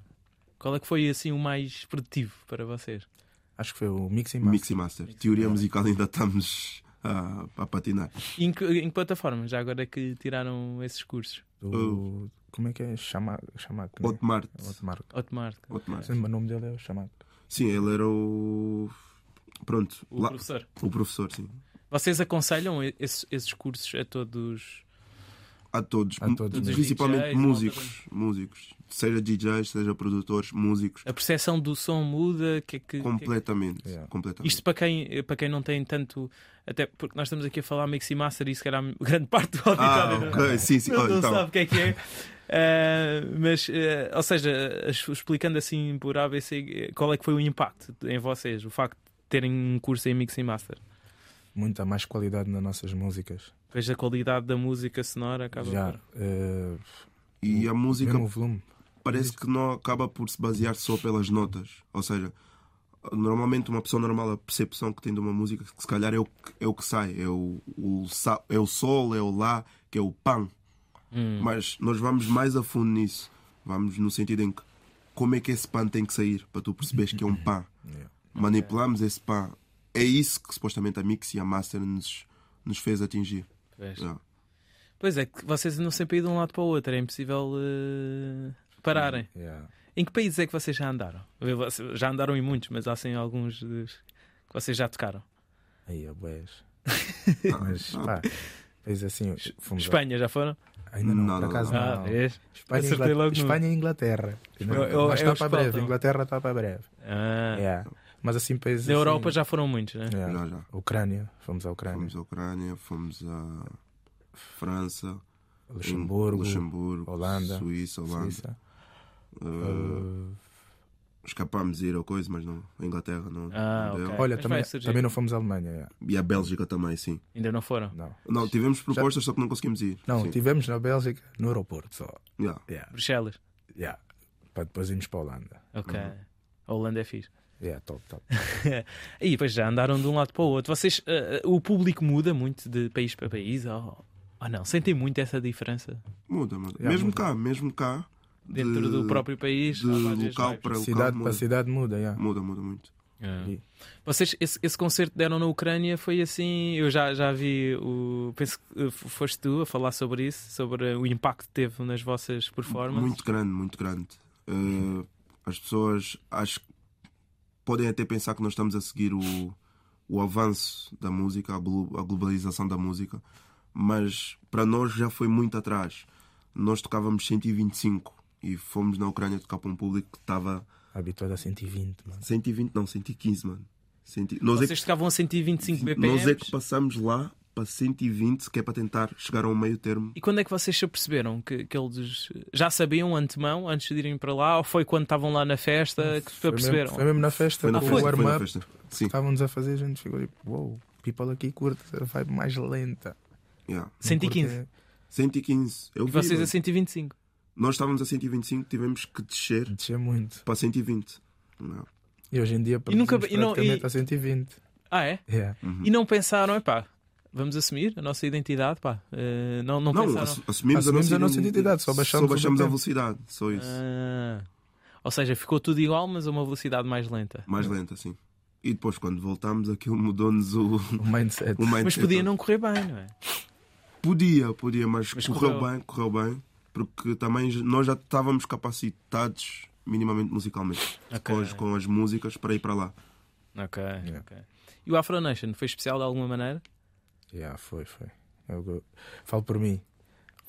Qual é que foi assim o mais produtivo para vocês? Acho que foi o Mix e Master. Mix e master. Teoria musical [laughs] ainda estamos a, a patinar. E Em que, em que plataforma? Já agora é que tiraram esses cursos? do. Como é que é? Chama- Chamaco. né? Otmar. É Outro marco. Hotmart. Otmar. Lembra o nome dele? É o Chamaco. Sim, ele era o. Pronto, O lá- professor. o professor, sim. Vocês aconselham esses, esses cursos a todos? A todos, A todos, m- né? principalmente DJs, músicos, músicos, seja DJs, seja produtores, músicos, A percepção do som muda? Que é que, que é completamente, Yeah. completamente. Isto para quem, para quem não tem tanto. Até porque nós estamos aqui a falar mix e master e se calhar grande [laughs] parte do ah, auditório não- ok, sim, [laughs] sim. é né? não, Oh, não sabe então, o que é que é. Ah, mas, eh, ou seja, as- explicando assim por ABC, eh, qual é que foi o impacto em vocês, o facto de terem um curso em mix e master? Muita mais qualidade nas nossas músicas. Veja a qualidade da música sonora, acaba Já. por- eh, e a música mesmo o volume. parece que não acaba por se basear só pelas notas, ou seja, normalmente uma pessoa normal a percepção que tem de uma música que se calhar é o que, é o que sai, é o, o sa- é o sol, é o lá, que é o pan. Mas nós vamos mais a fundo nisso. Vamos no sentido em que como é que esse pan tem que sair para tu perceberes que é um pan. [laughs] Yeah. Manipulamos esse pan. É isso que supostamente a mix e a master nos, nos fez atingir. Pois. Yeah. Pois é, que vocês andam sempre aí de um lado para o outro, é impossível eh, pararem. Yeah. Em que países é que vocês já andaram? Vocês Já andaram em muitos, mas há assim alguns dos que vocês já tocaram. Aí, a [laughs] boés. Mas, Ah, pá, fez assim. Fomos a- Espanha, já foram? Ah, Ainda não, Não, por não, acaso não. não. vês? Espanha, e Acertei Inglaterra- logo no- Espanha e Inglaterra. Eu- eu- Mas eu está para breve. espanto. Inglaterra está para breve. Ah. É, Yeah. Mas assim, países. Na assim- Europa já foram muitos, né? Yeah. Já, já. Ucrânia. Fomos à Ucrânia. Fomos à Ucrânia, fomos à França, Luxemburgo. Luxemburgo, Holanda, Suíça, Holanda. Suíça. Eh, Uh, escapámos de ir ao coisa, mas não. A Inglaterra não. Ah, não deu. ok. Olha, Mas também, vai surgir. também não fomos à Alemanha. yeah. E a Bélgica também, sim. Ainda não foram? Não. Não, tivemos propostas, só que não conseguimos ir. Não, sim. tivemos na Bélgica, no aeroporto só. Yeah. Yeah. Bruxelas? Yeah. Para depois irmos para a Holanda. Ok. Uhum. A Holanda é fixe. Yeah, top, top. E depois já andaram de um lado para o outro. Vocês, ah, ah, o público muda muito de país para país? Ou, ou não? Sentem muito essa diferença? Muda, muda. Yeah, mesmo muda. cá, mesmo cá. Dentro de- do próprio país? De há várias local vibes. para local. cidade muda. para cidade muda, yeah. Muda, muda muito. Ah. E- Vocês, esse, esse concerto que deram na Ucrânia foi assim. Eu já, já vi o. Penso que eh, foste tu a falar sobre isso, sobre o impacto que teve nas vossas performances. Muito grande, muito grande. Uh, as pessoas acho que podem até pensar que nós estamos a seguir o, o avanço da música, a, glo- a globalização da música, mas para nós já foi muito atrás. Nós tocávamos 125 e fomos na Ucrânia tocar para um público que estava Habituado a 120, mano. 120, não, 115, mano. Centi... Nós, é Vocês tocavam a 125 que, BPM. nós é que passamos lá para 120, que é para tentar chegar a um meio termo. E quando é que vocês se aperceberam que, que eles já sabiam antemão antes de irem para lá? Ou foi quando estavam lá na festa que se Foi mesmo, aperceberam? foi mesmo na festa, Foi na com festa, o foi na warm-up festa. que Sim. estávamos a fazer, a gente ficou tipo, wow, people aqui curta, vai mais lenta. Yeah. Não 115. curte 115. Eu E vi, vocês a mano. 125. Nós estávamos a 125, tivemos que descer Descer muito. para 120. Não. é? E hoje em dia E nunca- produzimos e não- praticamente e- a 120. Ah, é? Yeah. E não pensaram, epá, vamos assumir a nossa identidade, pá. eh, não, não, Não, pensaram. assu- assumimos, Assumimos a nossa identidade, só baixamos o a tempo. velocidade, só isso. Ah. Ou seja, ficou tudo igual, mas a uma velocidade mais lenta. Mais lenta, sim. E depois, quando voltámos, aquilo mudou-nos o, O mindset. Uhum. o mindset. Mas podia não correr bem, não é? Podia, podia, mas, Mas correu, correu. bem, correu bem, porque também j- nós já estávamos capacitados minimamente musicalmente Ok. com, as, com as músicas para ir para lá. Ok, ok. E o Afro Nation foi especial de alguma maneira? Yeah, foi, foi. É Eu, go- falo por mim.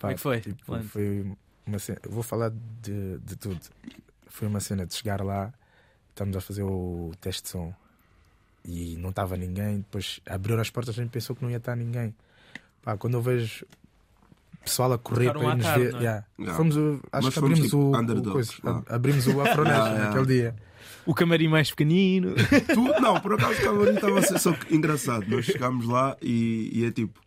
Como é que foi? tipo, Plano. foi uma cena, eu vou falar de, de tudo. Foi uma cena de chegar lá, estamos a fazer o teste de som e não estava ninguém. Depois abriram as portas, a gente pensou que não ia estar ninguém. Pá, quando eu vejo pessoal a correr Ficaram para à ir nos tarde, ver. não é? yeah. Yeah. Fomos o- acho Mas que fomos abrimos tipo o, o underdogs, coisa, yeah. ab- abrimos o Afro Nation [laughs] Yeah, yeah. naquele dia. O camarim mais pequenino. [laughs] Tu- não, por acaso o camarim estava a ser só que engraçado. Nós chegámos lá e, e é tipo.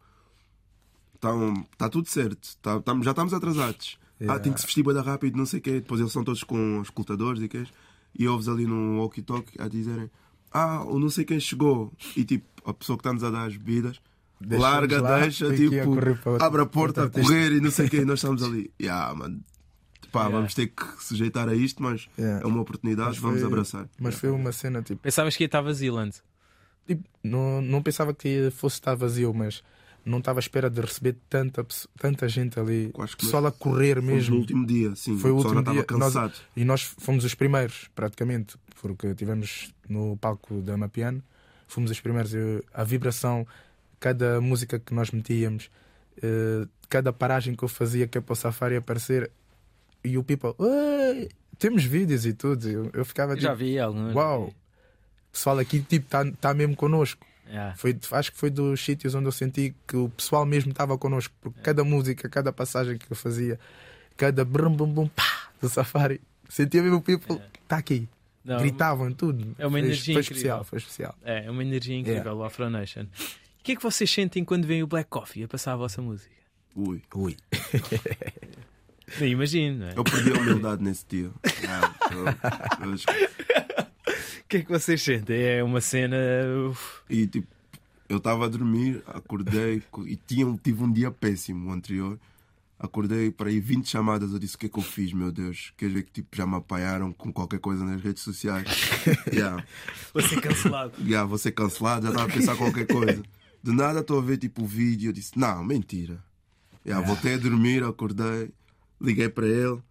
Está tudo certo, tá- tamo- já estamos atrasados. Ah, Yeah. tem que se vestir bem rápido, não sei o quê. Depois eles são todos com os escutadores e quês. E ouves ali no walkie-talkie a dizerem: Ah, o não sei quem chegou. E tipo, a pessoa que está-nos a dar as bebidas Deixa-nos larga, lá, deixa, tem que ir a tipo, correr para outra- abre a porta a outra correr e não sei o [laughs] quê. E nós estamos ali. Yeah, mano. Pá, Yeah. vamos ter que sujeitar a isto, mas Yeah. é uma oportunidade, Mas vamos foi- abraçar. Mas foi uma cena tipo. Pensavas que ia estar vazilante. Tipo, não, não pensava que fosse estar vazio, mas não estava à espera de receber tanta, pesso- tanta gente ali. Quase que Pessoal a correr Fomos no mesmo. último dia, sim. Foi o pessoal último já dia. estava Nós- cansado. E nós fomos os primeiros, praticamente, porque tivemos no palco da Mapiano, fomos os primeiros. Eu- A vibração, cada música que nós metíamos, eh, cada paragem que eu fazia que é para o Safari aparecer, e o people, "Ué, temos vídeos e tudo. Eu, eu ficava Eu já tipo, vi alguns. uau, o pessoal aqui tipo está tá mesmo connosco. Yeah. Foi, acho que foi dos sítios onde eu senti que o pessoal mesmo estava connosco, É. porque cada música, cada passagem que eu fazia, cada brum bum bum pá do safari, sentia mesmo o people, está aqui. É. Não, Gritavam tudo. é uma Foi- energia incrível. Foi especial, foi especial. É, é uma energia incrível, o Afro Nation. O que é que vocês sentem quando veem o Black Coffee a passar a vossa música? Ui, Ui. Nem imagino, não é? eu perdi a humildade nesse dia. Ah, eu- eu acho- O que é que vocês sentem? É uma cena. uf, e tipo, eu estava a dormir, acordei co- e tinha, um- tive um dia péssimo o anterior. Acordei para aí 20 chamadas. Eu disse: O que é que eu fiz, meu Deus? Quer dizer que tipo, já me apanharam com qualquer coisa nas redes sociais? [laughs] yeah. Vou ser [laughs] cancelado. yeah, vou ser cancelado, ah, já estava a pensar qualquer coisa. Do nada estou a ver tipo o vídeo, eu disse, não, mentira. Yeah, Voltei a dormir, acordei, liguei para ele,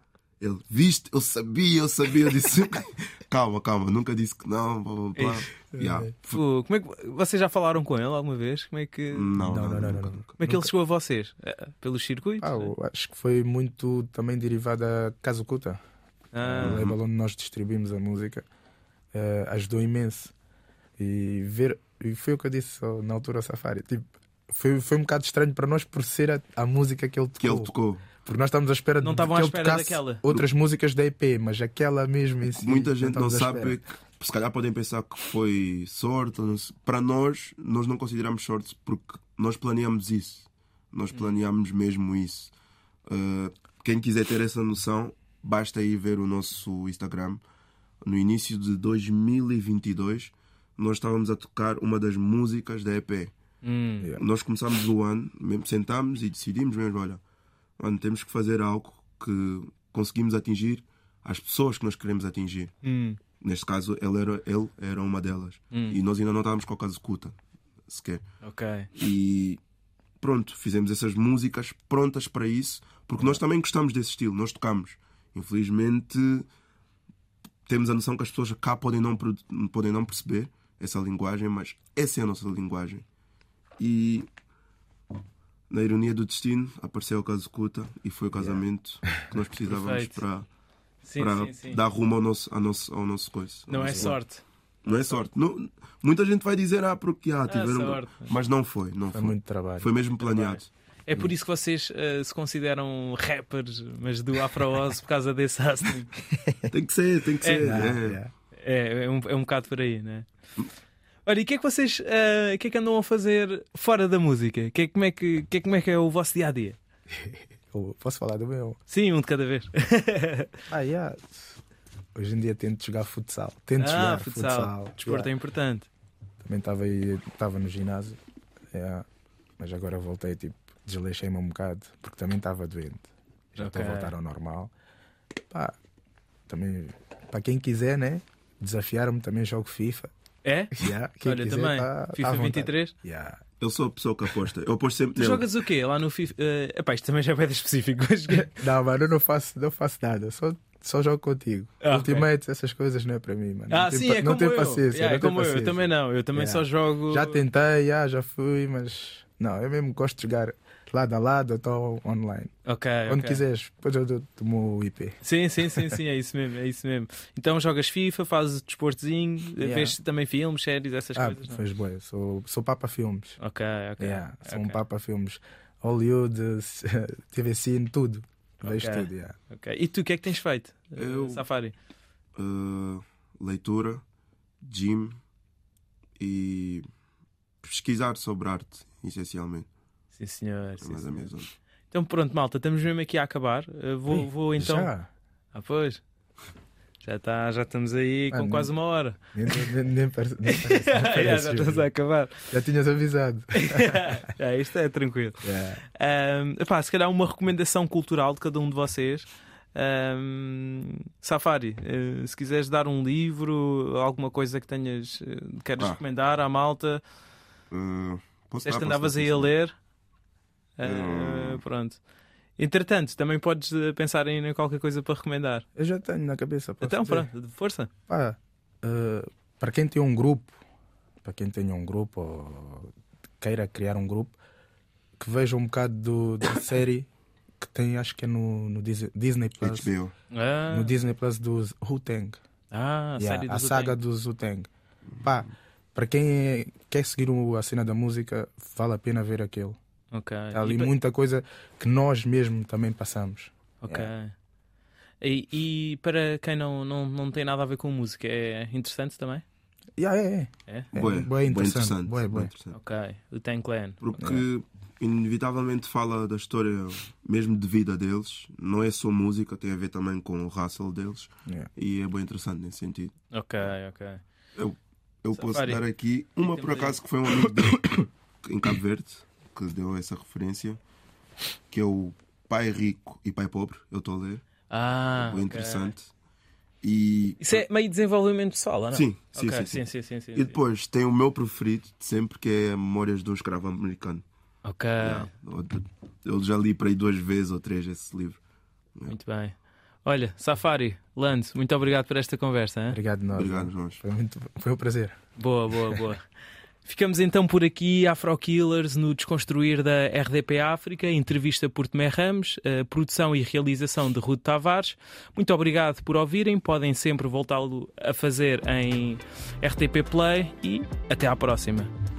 ele, viste, eu sabia, eu sabia, eu disse, [laughs] calma, calma, nunca disse que não, blá blá ah, blá. Yeah. Pô, como é que... Vocês já falaram com ele alguma vez? Como é que. Não, Não, não, não, não, nunca, não. Hum, nunca. Como é que ele chegou a vocês? É, Pelos circuitos? Ah, eu acho que foi muito também derivada Kazukuta, o Ah, label onde nós distribuímos a música. eh, ajudou imenso. E ver, e foi o que eu disse oh, na altura ao Safari. Tipo, foi, foi um bocado estranho para nós por ser a, a música que ele Que ele tocou. tocou. Porque nós estávamos à espera Não de estavam que à ele espera tocasse daquela. Outras músicas da EP, mas aquela mesmo em si. Muita gente não estávamos à sabe, espera. que- se calhar podem pensar que foi sorte. ou não sei. Para nós, nós não consideramos sorte porque nós planeamos isso. Hum. Nós planeamos mesmo isso. Uh, quem quiser ter essa noção, basta ir ver o nosso Instagram. No início de 2022, nós estávamos a tocar uma das músicas da EP. hum. Nós começámos o ano, mesmo sentámos e decidimos mesmo, olha, mano, temos que fazer algo que conseguimos atingir as pessoas que nós queremos atingir. Hum. Neste caso, ele era, ele era uma delas. E nós ainda não estávamos com a casa escuta, sequer. Ok. E pronto, fizemos essas músicas prontas para isso, porque nós também gostamos desse estilo, nós tocamos. Infelizmente, temos a noção que as pessoas cá podem não, produ- podem não perceber essa linguagem, mas essa é a nossa linguagem. E na ironia do destino, apareceu a casa Cuta e foi o casamento que nós precisávamos Perfeito. para, Sim, para sim, sim. dar rumo ao nosso, ao nosso, ao nosso coisa. ao Não é nosso- sorte. É Não é sorte. Não- muita gente vai dizer, ah, porque ah, tiveram. sorte. Mas não foi, não foi. Foi muito trabalho. Foi mesmo planeado. É por isso que vocês eh, se consideram rappers, mas do Afro Oz por causa desse hustling. Tem que ser, tem que ser. Ah, é. yeah. É, é um, é um bocado por aí, né? Olha, e o que é que vocês eh, o que é que andam a fazer fora da música? O Que é, como, é que, o que é, como é que é o vosso dia a dia? Eu posso falar do meu? Sim, um de cada vez. Ah, yeah. Hoje em dia tento jogar futsal. Tento ah, jogar futsal. Desporto é Yeah. importante. Também estava aí, estava no ginásio. yeah. Mas agora voltei, tipo, desleixei-me um bocado, porque também estava doente. Já estou Ok. a voltar ao normal. Pá, também, para quem quiser, né? Desafiar-me também jogo FIFA. [laughs] É? Yeah. Quem Olha, quiser, também. tá- tá à FIFA vontade. 23. Yeah. Eu sou a pessoa que aposta. Eu aposto sempre Tu nele. jogas o quê lá no FIFA? Eh, epá, isto também já é bem específico. [laughs] mas- Não, mano, eu não faço, não faço nada, só, só jogo contigo. Ah, ok. Ultimates, essas coisas não é para mim, mano. ah, não tenho sim, pa- é não como tenho eu. paciência. Yeah, é não tenho como eu. Eu paciência. também não. Eu também Yeah. só jogo. Já tentei, já, já fui, mas não, eu mesmo gosto de jogar lado a lado, estou online. Ok. Onde É, ok. quiseres, depois eu dou-te o meu IP. Sim, sim, sim, sim, é isso mesmo, é isso mesmo. Então jogas FIFA, fazes desportozinho, eh, Yeah. vês também filmes, séries, essas ah, coisas. não? é? fez boa, sou, sou Papa Filmes. Ok, ok. Yeah, sou um ok, Papa Filmes. Hollywood, [laughs] TV Cine, tudo. Vejo Ok. tudo, yeah. ok. E tu o que é que tens feito? Eu- Safari. Uh, leitura, gym e pesquisar sobre arte, essencialmente. Sim, senhor. É sim, mais a senhor. minha zona. Então pronto, malta, estamos mesmo aqui a acabar. Uh, vou, Ih, vou então. Já, Ah, pois. Já, tá, já estamos aí com Mano. quase uma hora. nem, nem, nem [laughs] parece. nem parece- nem já, parece, É, já juro. estamos a [laughs] acabar. Já [laughs] tinhas avisado. já, isto é tranquilo. Yeah. Ahm, epá, se calhar uma recomendação cultural de cada um de vocês. Ahm, Safari, eh, se quiseres dar um livro, alguma coisa que tenhas eh, queres Ah. recomendar à malta, Uh, posso disseste Ah, dar, que andavas posso aí dar, a ler. Hum. Ah, Pronto. Entretanto, também podes eh, pensar em qualquer coisa para recomendar. Eu já tenho na cabeça. posso então, dizer? pronto, de força. Pá, eh, para quem tem um grupo, para quem tem um grupo ou queira criar um grupo, que veja um bocado do- da [coughs] série que tem, acho que é no, no Dis- Disney Plus. HBO. Ah, No Disney Plus dos Wu Tang. ah, a Yeah, série do a saga Zuteng. dos Wu Tang. Pá, para quem é- quer seguir o- a cena da música, vale a pena ver aquilo. Ok. Há Tá ali É, E pa- muita coisa que nós mesmo também passamos. Ok. É. E, e para quem não, não, não tem nada a ver com música, é interessante também? Yeah, é, é. É? É, Bué, bué bué interessante, bué, bué bué. interessante. Ok, o Ten Clan. Porque inevitavelmente fala da história mesmo de vida deles, não é só música, tem a ver também com o hustle deles Yeah. e é bem interessante nesse sentido. Ok, É ok. Eu posso Safari. dar aqui uma Temos por aí. acaso que foi um amigo dele [coughs] em Cabo Verde que deu essa referência, que é o Pai Rico e Pai Pobre, eu estou a ler, Ah, ok. bem interessante. E Isso é meio desenvolvimento pessoal, ou não? Sim, sim, Ok, sim, sim, sim, sim. sim, sim, E depois tem o meu preferido de sempre, que é Memórias de um Escravo Americano. Ah, Ok, Eu já li para aí duas vezes ou três esse livro. muito bem. Olha, Safari, Lando, muito obrigado por esta conversa. Hein? Obrigado, nós. Obrigado, mano. João. Foi, muito, foi um prazer. Boa, boa, boa. Ficamos então por aqui, Afro Killers, no Desconstruir da RDP África, entrevista por Tomé Ramos, eh, produção e realização de Rude Tavares. Muito obrigado por ouvirem, podem sempre voltá-lo a fazer em RTP Play e até à próxima.